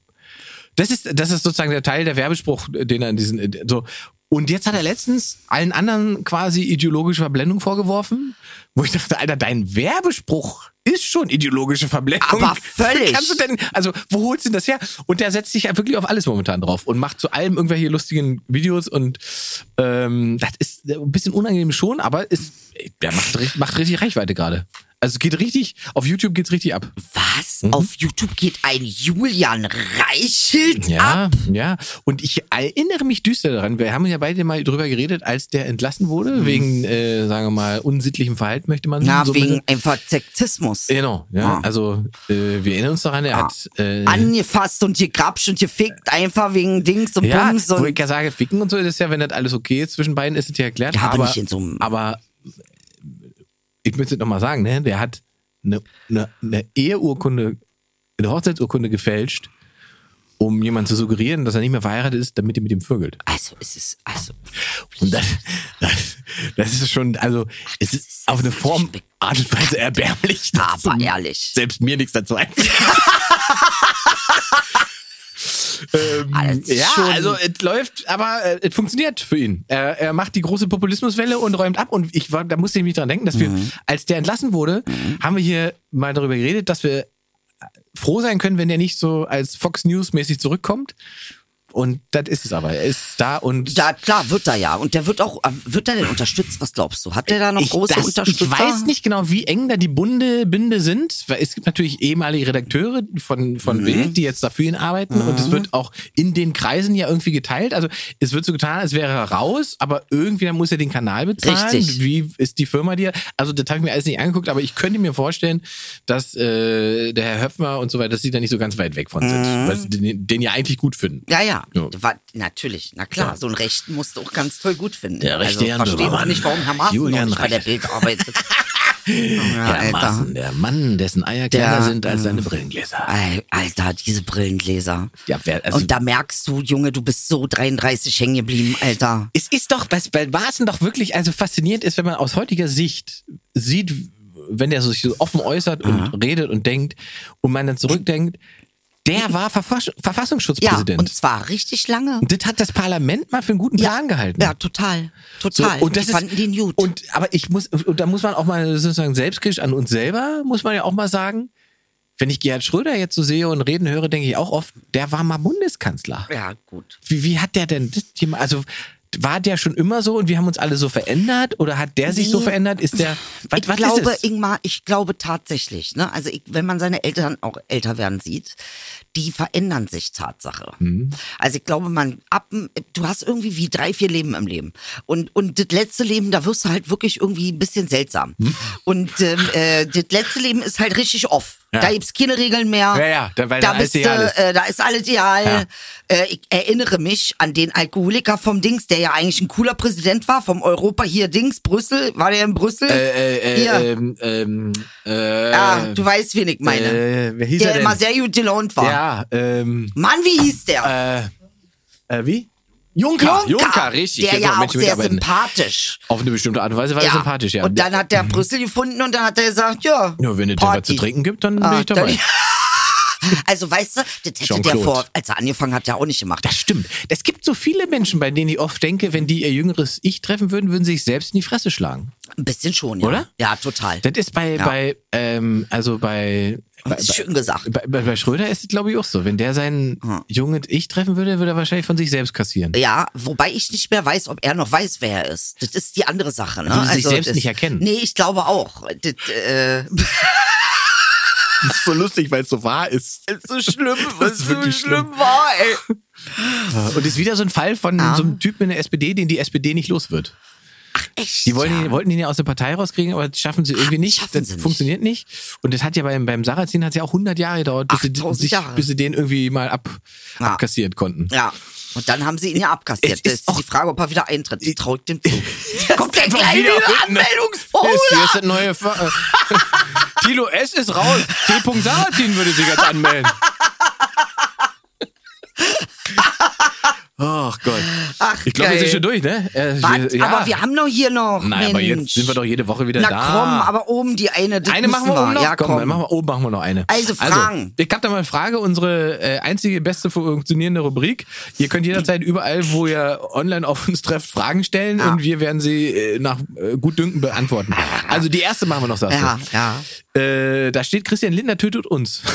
Speaker 5: Das ist, das ist sozusagen der Teil der Werbespruch, äh, den er in diesen. äh, So. Und jetzt hat er letztens allen anderen quasi ideologische Verblendung vorgeworfen, wo ich dachte, Alter, dein Werbespruch ist schon ideologische Verblendung.
Speaker 4: Aber völlig.
Speaker 5: Wie Kannst du denn, also, wo holst du denn das her? Und der setzt sich ja wirklich auf alles momentan drauf und macht zu allem irgendwelche lustigen Videos und ähm, das ist ein bisschen unangenehm schon, aber ist, der macht, ri- macht richtig Reichweite gerade. Also es geht richtig, auf YouTube geht's richtig ab.
Speaker 4: Was? Auf YouTube geht ein Julian Reichelt ab?
Speaker 5: Ja, ja. Und ich erinnere mich düster daran. Wir haben ja beide mal drüber geredet, als der entlassen wurde, wegen, äh, sagen wir mal, unsittlichem Verhalten, möchte man
Speaker 4: Mhm. Na,
Speaker 5: so
Speaker 4: wegen
Speaker 5: mit-
Speaker 4: einfach Sexismus.
Speaker 5: Genau, ja.
Speaker 4: Ah.
Speaker 5: Also, äh, wir erinnern uns daran, er hat. Äh,
Speaker 4: Angefasst und gegrapscht und gefickt, einfach wegen Dings und
Speaker 5: ja,
Speaker 4: Bums
Speaker 5: wo ich
Speaker 4: und.
Speaker 5: ja sage, ficken und so ist ja, wenn das alles okay ist zwischen beiden, ist es ja erklärt.
Speaker 4: Ja, aber
Speaker 5: aber
Speaker 4: nicht in so einem-
Speaker 5: Aber ich möchte es nochmal sagen, ne? Der hat eine, eine, eine Eheurkunde, eine Hochzeitsurkunde gefälscht, um jemandem zu suggerieren, dass er nicht mehr verheiratet ist, damit er mit ihm vögelt.
Speaker 4: Also, es ist, also,
Speaker 5: Und das, das, das ist schon, also es ist auf eine Form, Art und Weise erbärmlich. dass
Speaker 4: aber
Speaker 5: du-
Speaker 4: ehrlich.
Speaker 5: Selbst mir nichts dazu einfällt. ähm,
Speaker 4: Alles
Speaker 5: ja,
Speaker 4: schon-
Speaker 5: also es läuft, aber äh, es funktioniert für ihn. Er, er macht die große Populismuswelle und räumt ab. Und ich war, da musste ich mich dran denken, dass wir, als der entlassen wurde, haben wir hier mal darüber geredet, dass wir äh, froh sein können, wenn der nicht so als Fox News mäßig zurückkommt. Und das ist es aber. Er ist da und
Speaker 4: da, klar, wird er ja. Und der wird auch, äh, wird er denn unterstützt? Was glaubst du? Hat der da noch große
Speaker 5: das-
Speaker 4: Unterstützer?
Speaker 5: Ich weiß nicht genau, wie eng da die Bunde, Binde sind. Weil es gibt natürlich ehemalige Redakteure von, von Bild, die jetzt dafür ihn arbeiten. Und
Speaker 4: Mhm.
Speaker 5: es wird auch in den Kreisen ja irgendwie geteilt. Also es wird so getan, als wäre er raus, aber irgendwie dann muss er den Kanal bezahlen.
Speaker 4: Richtig.
Speaker 5: Wie ist die Firma dir? Also das habe ich mir alles nicht angeguckt, aber ich könnte mir vorstellen, dass äh, der Herr Höpfner und so weiter, dass sie da nicht so ganz weit weg von sind.
Speaker 4: Mhm.
Speaker 5: Weil sie den, den ja eigentlich gut finden.
Speaker 4: Ja, ja,
Speaker 5: Ja.
Speaker 4: War, natürlich, na klar, so einen Rechten musst du auch ganz toll gut finden.
Speaker 5: Der rechte
Speaker 4: also,
Speaker 5: Herr
Speaker 4: verstehe auch
Speaker 5: Böhmermann.
Speaker 4: nicht, warum Herr Maaßen
Speaker 5: Julian
Speaker 4: noch nicht bei der
Speaker 5: Reichelt.
Speaker 4: Bild arbeitet. ja,
Speaker 5: Der Maaßen, der Mann, dessen Eier kleiner sind als seine Brillengläser.
Speaker 4: Al- Alter, diese Brillengläser.
Speaker 5: Ja, wer- also-
Speaker 4: und da merkst du, Junge, du bist so 33 hängen geblieben, Alter.
Speaker 5: Es ist doch, was bei Maaßen doch wirklich also faszinierend ist, wenn man aus heutiger Sicht sieht, wenn der sich so offen äußert und redet und denkt und man dann zurückdenkt, der war Verfass
Speaker 4: Ja,
Speaker 5: Verfassungsschutzpräsident.
Speaker 4: und zwar richtig lange.
Speaker 5: und das hat das Parlament mal für einen guten Plan gehalten.
Speaker 4: Ja, total.
Speaker 5: So,
Speaker 4: Total.
Speaker 5: und das
Speaker 4: die
Speaker 5: ist,
Speaker 4: fanden den gut.
Speaker 5: Und aber ich muss, und da muss man auch mal sozusagen selbstkritisch an uns selber, muss man ja auch mal sagen, Wenn ich Gerhard Schröder jetzt so sehe und reden höre, denke ich auch oft, der war mal Bundeskanzler.
Speaker 4: Ja, gut.
Speaker 5: Wie, wie hat der denn das Thema? Also war der schon immer so und wir haben uns alle so verändert oder hat der sich so
Speaker 4: Nee.
Speaker 5: verändert? Ist der. Was,
Speaker 4: ich
Speaker 5: was
Speaker 4: glaube,
Speaker 5: ist es?
Speaker 4: Ingmar, ich glaube tatsächlich, ne? Also ich, wenn man seine Eltern auch älter werden sieht, die verändern sich Tatsache.
Speaker 5: Mhm.
Speaker 4: Also ich glaube, man ab, du hast irgendwie wie drei, vier Leben im Leben und und das letzte Leben, da wirst du halt wirklich irgendwie ein bisschen seltsam.
Speaker 5: Mhm.
Speaker 4: Und ähm, äh, das letzte Leben ist halt richtig off.
Speaker 5: Ja.
Speaker 4: Da gibt's keine Regeln mehr.
Speaker 5: Ja, ja, da- weil
Speaker 4: da
Speaker 5: dann alles
Speaker 4: bist du,
Speaker 5: egal ist.
Speaker 4: äh, da ist alles ideal.
Speaker 5: Ja.
Speaker 4: Äh, ich erinnere mich an den Alkoholiker vom Dings, der ja eigentlich ein cooler Präsident war, vom Europa hier Dings, Brüssel, war der in Brüssel?
Speaker 5: Äh, äh,
Speaker 4: hier.
Speaker 5: ähm, ähm, äh,
Speaker 4: ja, du weißt, wen ich meine.
Speaker 5: Äh, wer hieß
Speaker 4: der
Speaker 5: er denn?
Speaker 4: immer sehr gut gelaunt war.
Speaker 5: ja, ähm,
Speaker 4: Mann, wie hieß der?
Speaker 5: äh, äh, wie? Juncker, Juncker, richtig.
Speaker 4: Der
Speaker 5: Jetzt
Speaker 4: ja
Speaker 5: noch
Speaker 4: auch
Speaker 5: Menschen
Speaker 4: sehr
Speaker 5: mitarbeiten.
Speaker 4: sympathisch.
Speaker 5: Auf eine bestimmte Art und Weise war er sympathisch, ja. Mhm.
Speaker 4: Und dann hat der Brüssel gefunden und dann hat er gesagt, ja,
Speaker 5: ja, wenn es dir
Speaker 4: Party.
Speaker 5: was zu trinken gibt, dann bin
Speaker 4: Ah,
Speaker 5: ich dabei.
Speaker 4: dann- Also weißt du, das hätte der
Speaker 5: Jean-Claude.
Speaker 4: vor, als er angefangen hat, ja auch nicht gemacht.
Speaker 5: Das stimmt. Es gibt so viele Menschen, bei denen ich oft denke, wenn die ihr jüngeres Ich treffen würden, würden sie sich selbst in die Fresse schlagen.
Speaker 4: Ein bisschen schon, ja.
Speaker 5: Oder?
Speaker 4: Ja, total.
Speaker 5: Das ist bei,
Speaker 4: Ja.
Speaker 5: bei ähm, also bei, bei,
Speaker 4: ist schön gesagt.
Speaker 5: bei, bei, bei Schröder ist es, glaube ich, auch so. Wenn der sein junges Ich treffen würde, würde er wahrscheinlich von sich selbst kassieren.
Speaker 4: Ja, wobei ich nicht mehr weiß, ob er noch weiß, wer er ist. Das ist die andere Sache. Ne?
Speaker 5: Würde Also sich selbst
Speaker 4: das,
Speaker 5: nicht erkennen.
Speaker 4: Nee, ich glaube auch. Das, äh,
Speaker 5: Das ist so lustig, weil es so wahr ist.
Speaker 4: ist so schlimm,
Speaker 5: Das ist wirklich schlimm.
Speaker 4: war, ey.
Speaker 5: Und ist wieder so ein Fall von so einem Typen in der SPD, den die SPD nicht los wird.
Speaker 4: Echt?
Speaker 5: Die wollen
Speaker 4: ja.
Speaker 5: ihn, wollten ihn ja aus der Partei rauskriegen, aber das schaffen sie irgendwie nicht.
Speaker 4: Schaffen
Speaker 5: das
Speaker 4: sie nicht.
Speaker 5: funktioniert nicht. Und das hat ja beim, beim Sarrazin hat es ja auch 100 Jahre gedauert, bis, sie,
Speaker 4: 8000
Speaker 5: sich,
Speaker 4: Jahre.
Speaker 5: bis sie den irgendwie mal ab,
Speaker 4: Ja.
Speaker 5: abkassiert konnten.
Speaker 4: Ja. Und dann haben sie ihn ja abkassiert.
Speaker 5: Es
Speaker 4: Das
Speaker 5: ist
Speaker 4: ist die Frage, ob er wieder eintritt. Ich trau dem zu. Kommt der
Speaker 5: einfach
Speaker 4: gleich
Speaker 5: wieder
Speaker 4: wieder,
Speaker 5: mit einer-
Speaker 4: Anmeldungsformular?
Speaker 5: Ist, hier ist das neue Fa äh, Tilo S. ist raus. T. Sarrazin würde sich jetzt anmelden. Ach Gott.
Speaker 4: Ach,
Speaker 5: Ich glaube, wir
Speaker 4: geil.
Speaker 5: sind schon durch, ne? Äh,
Speaker 4: Wart,
Speaker 5: ja.
Speaker 4: Aber wir haben doch hier noch.
Speaker 5: Nein, aber
Speaker 4: Mensch.
Speaker 5: jetzt sind wir doch jede Woche wieder
Speaker 4: Na
Speaker 5: da.
Speaker 4: komm, aber oben die eine. das
Speaker 5: Eine machen wir
Speaker 4: müssen
Speaker 5: oben noch.
Speaker 4: Ja,
Speaker 5: komm,
Speaker 4: komm.
Speaker 5: Dann machen wir, oben machen wir noch eine.
Speaker 4: Also, Fragen.
Speaker 5: ich habe da mal eine Frage, unsere äh, einzige beste funktionierende Rubrik. Ihr könnt jederzeit überall, wo ihr online auf uns trefft, Fragen stellen
Speaker 4: Ja.
Speaker 5: und wir werden sie äh, nach äh, Gutdünken beantworten. Also die erste machen wir noch, sagst
Speaker 4: ja,
Speaker 5: du.
Speaker 4: ja.
Speaker 5: Äh, da steht Christian Lindner tötet uns.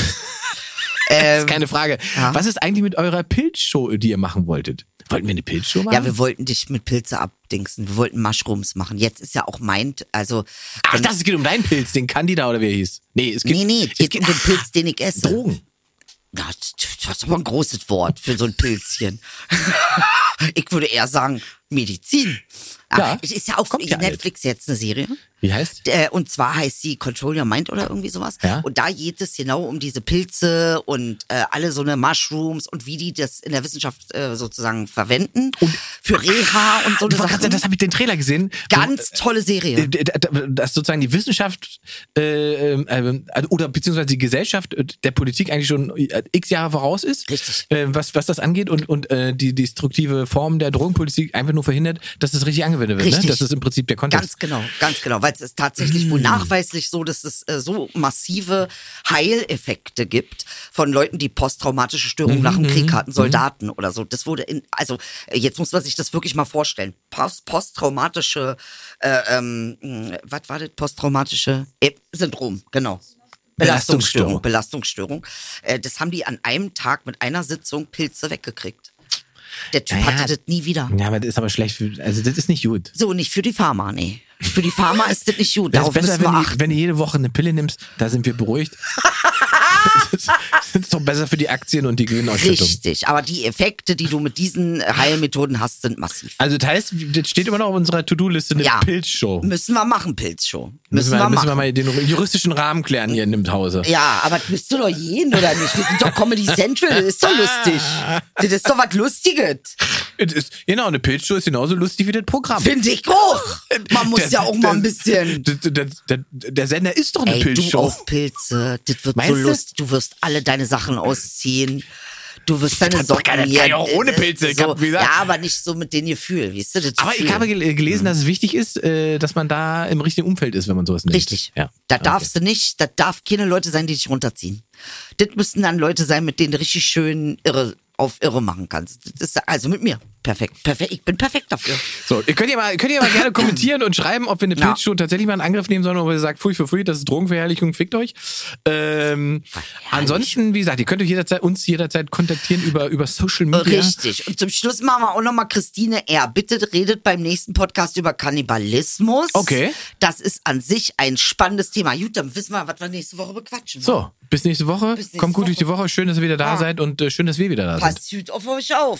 Speaker 4: Ähm,
Speaker 5: das ist keine Frage. Was ist eigentlich mit eurer Pilzshow, die ihr machen wolltet? Wollten wir eine Pilzshow machen?
Speaker 4: Ja, wir wollten dich mit Pilze abdingsen. Wir wollten Mushrooms machen. Jetzt ist ja auch meint, also.
Speaker 5: Ach, das es geht um deinen Pilz, den Candida oder wie er hieß. Nee, es gibt
Speaker 4: nee, nee,
Speaker 5: es
Speaker 4: geht um
Speaker 5: gibt
Speaker 4: den Pilz, den ich esse.
Speaker 5: Drogen.
Speaker 4: Na, das das ist aber ein großes Wort für so ein Pilzchen. ich würde eher sagen Medizin. Ach,
Speaker 5: Ja,
Speaker 4: es ist ja auf
Speaker 5: kommt ja
Speaker 4: Netflix jetzt eine Serie.
Speaker 5: Wie heißt?
Speaker 4: Äh, Und zwar heißt sie Control Your Mind oder irgendwie sowas.
Speaker 5: Ja.
Speaker 4: Und da geht es genau um diese Pilze und äh, alle so eine Mushrooms und wie die das in der Wissenschaft äh, sozusagen verwenden. für Reha und so eine
Speaker 5: Ich wollte gerade sagen,
Speaker 4: Sachen.
Speaker 5: das habe ich den Trailer gesehen.
Speaker 4: Ganz tolle Serie.
Speaker 5: Äh, d- d- Dass sozusagen die Wissenschaft äh, ähm, ähm, oder beziehungsweise die Gesellschaft äh, der Politik eigentlich schon äh, x Jahre voraus ist,
Speaker 4: Richtig.
Speaker 5: Äh, was, was das angeht und, und äh, die destruktive Form der Drogenpolitik einfach nur verhindert, dass es richtig angewendet wird. Ne?
Speaker 4: Richtig.
Speaker 5: Das ist im Prinzip der Kontext. Mm.
Speaker 4: Ganz genau, ganz genau, weil es ist tatsächlich wohl nachweislich so, dass es äh, so massive Heileffekte gibt von Leuten, die posttraumatische
Speaker 5: Mhm,
Speaker 4: Störungen nach dem Krieg hatten, Soldaten oder so. Das wurde in, also äh, jetzt muss man sich das wirklich mal vorstellen. Post, posttraumatische, äh, ähm, mh, was war das? Posttraumatische äh, Syndrom, genau.
Speaker 5: Belastungsstörung.
Speaker 4: Belastungsstörung. Belastungsstörung. Äh, das haben die an einem Tag mit einer Sitzung Pilze weggekriegt. Der Typ
Speaker 5: Naja.
Speaker 4: hatte das nie wieder.
Speaker 5: ja, aber das ist aber schlecht. Für, also das ist nicht gut.
Speaker 4: So, nicht für die Pharma, nee. Für die Pharma ist das nicht gut.
Speaker 5: Das ist
Speaker 4: Darauf
Speaker 5: besser,
Speaker 4: müssen wir
Speaker 5: wenn du,
Speaker 4: achten.
Speaker 5: wenn du jede Woche eine Pille nimmst, da sind wir beruhigt. das, ist, das ist doch besser für die Aktien und die Gewinnausschüttung.
Speaker 4: Richtig, aber die Effekte, die du mit diesen Heilmethoden hast, sind massiv.
Speaker 5: Also das heißt, das steht immer noch auf unserer To-Do-Liste eine
Speaker 4: Ja.
Speaker 5: Pilzshow.
Speaker 4: Müssen wir machen, Pilzshow. Müssen,
Speaker 5: Müssen,
Speaker 4: wir,
Speaker 5: wir, müssen wir
Speaker 4: machen.
Speaker 5: mal den juristischen Rahmen klären hier in dem Hause.
Speaker 4: ja, aber das müsst ihr doch jeden, oder nicht? Wir sind doch Comedy Central, das ist doch lustig. Das ist doch was Lustiges.
Speaker 5: Es Ist, genau, eine Pilzshow ist genauso lustig wie das Programm.
Speaker 4: Finde ich auch. Man muss
Speaker 5: Der-
Speaker 4: ja auch mal ein
Speaker 5: der-
Speaker 4: bisschen.
Speaker 5: Der, der, der, der Sender ist doch eine
Speaker 4: Ey, du
Speaker 5: Pilzshow.
Speaker 4: auf Pilze, das wird
Speaker 5: Meinst
Speaker 4: so
Speaker 5: du?
Speaker 4: lustig. Du wirst alle deine Sachen ausziehen. Du wirst deine
Speaker 5: Das kann-
Speaker 4: Socken äh,
Speaker 5: das kann ich auch ohne Pilze, ich
Speaker 4: So,
Speaker 5: hab gesagt.
Speaker 4: ja, aber nicht so mit dem Gefühl, weißt du? Das
Speaker 5: Aber ich
Speaker 4: Gefühl.
Speaker 5: habe gel-
Speaker 4: Mhm.
Speaker 5: gelesen, dass es wichtig ist, äh, dass man da im richtigen Umfeld ist, wenn man sowas nimmt.
Speaker 4: Richtig.
Speaker 5: Ja.
Speaker 4: Da
Speaker 5: Okay.
Speaker 4: darfst du nicht, da darf keine Leute sein, die dich runterziehen. Das müssten dann Leute sein, mit denen du richtig schön irre auf irre machen kannst. Das ist also mit mir. perfekt. Perfekt. Ich bin perfekt dafür.
Speaker 5: So, ihr könnt ja mal, könnt ihr mal gerne kommentieren und schreiben, ob wir eine
Speaker 4: Ja.
Speaker 5: Pilzshow tatsächlich mal in Angriff nehmen sollen, ob ihr sagt, pfui, pfui, pfui, das ist Drogenverherrlichung, fickt euch. Ähm, ansonsten, wie gesagt, ihr könnt euch jederzeit, uns jederzeit kontaktieren über, über Social Media.
Speaker 4: Richtig. Und zum Schluss machen wir auch nochmal Christine R. Bitte redet beim nächsten Podcast über Kannibalismus.
Speaker 5: Okay.
Speaker 4: Das ist an sich ein spannendes Thema. Gut, dann wissen wir, was wir nächste Woche bequatschen.
Speaker 5: So, bis nächste Woche.
Speaker 4: Bis nächste
Speaker 5: Kommt gut durch die
Speaker 4: Woche.
Speaker 5: Woche. Schön, dass ihr wieder da
Speaker 4: Ja.
Speaker 5: seid und äh, schön, dass wir wieder da sind.
Speaker 4: Passt gut auf euch auf.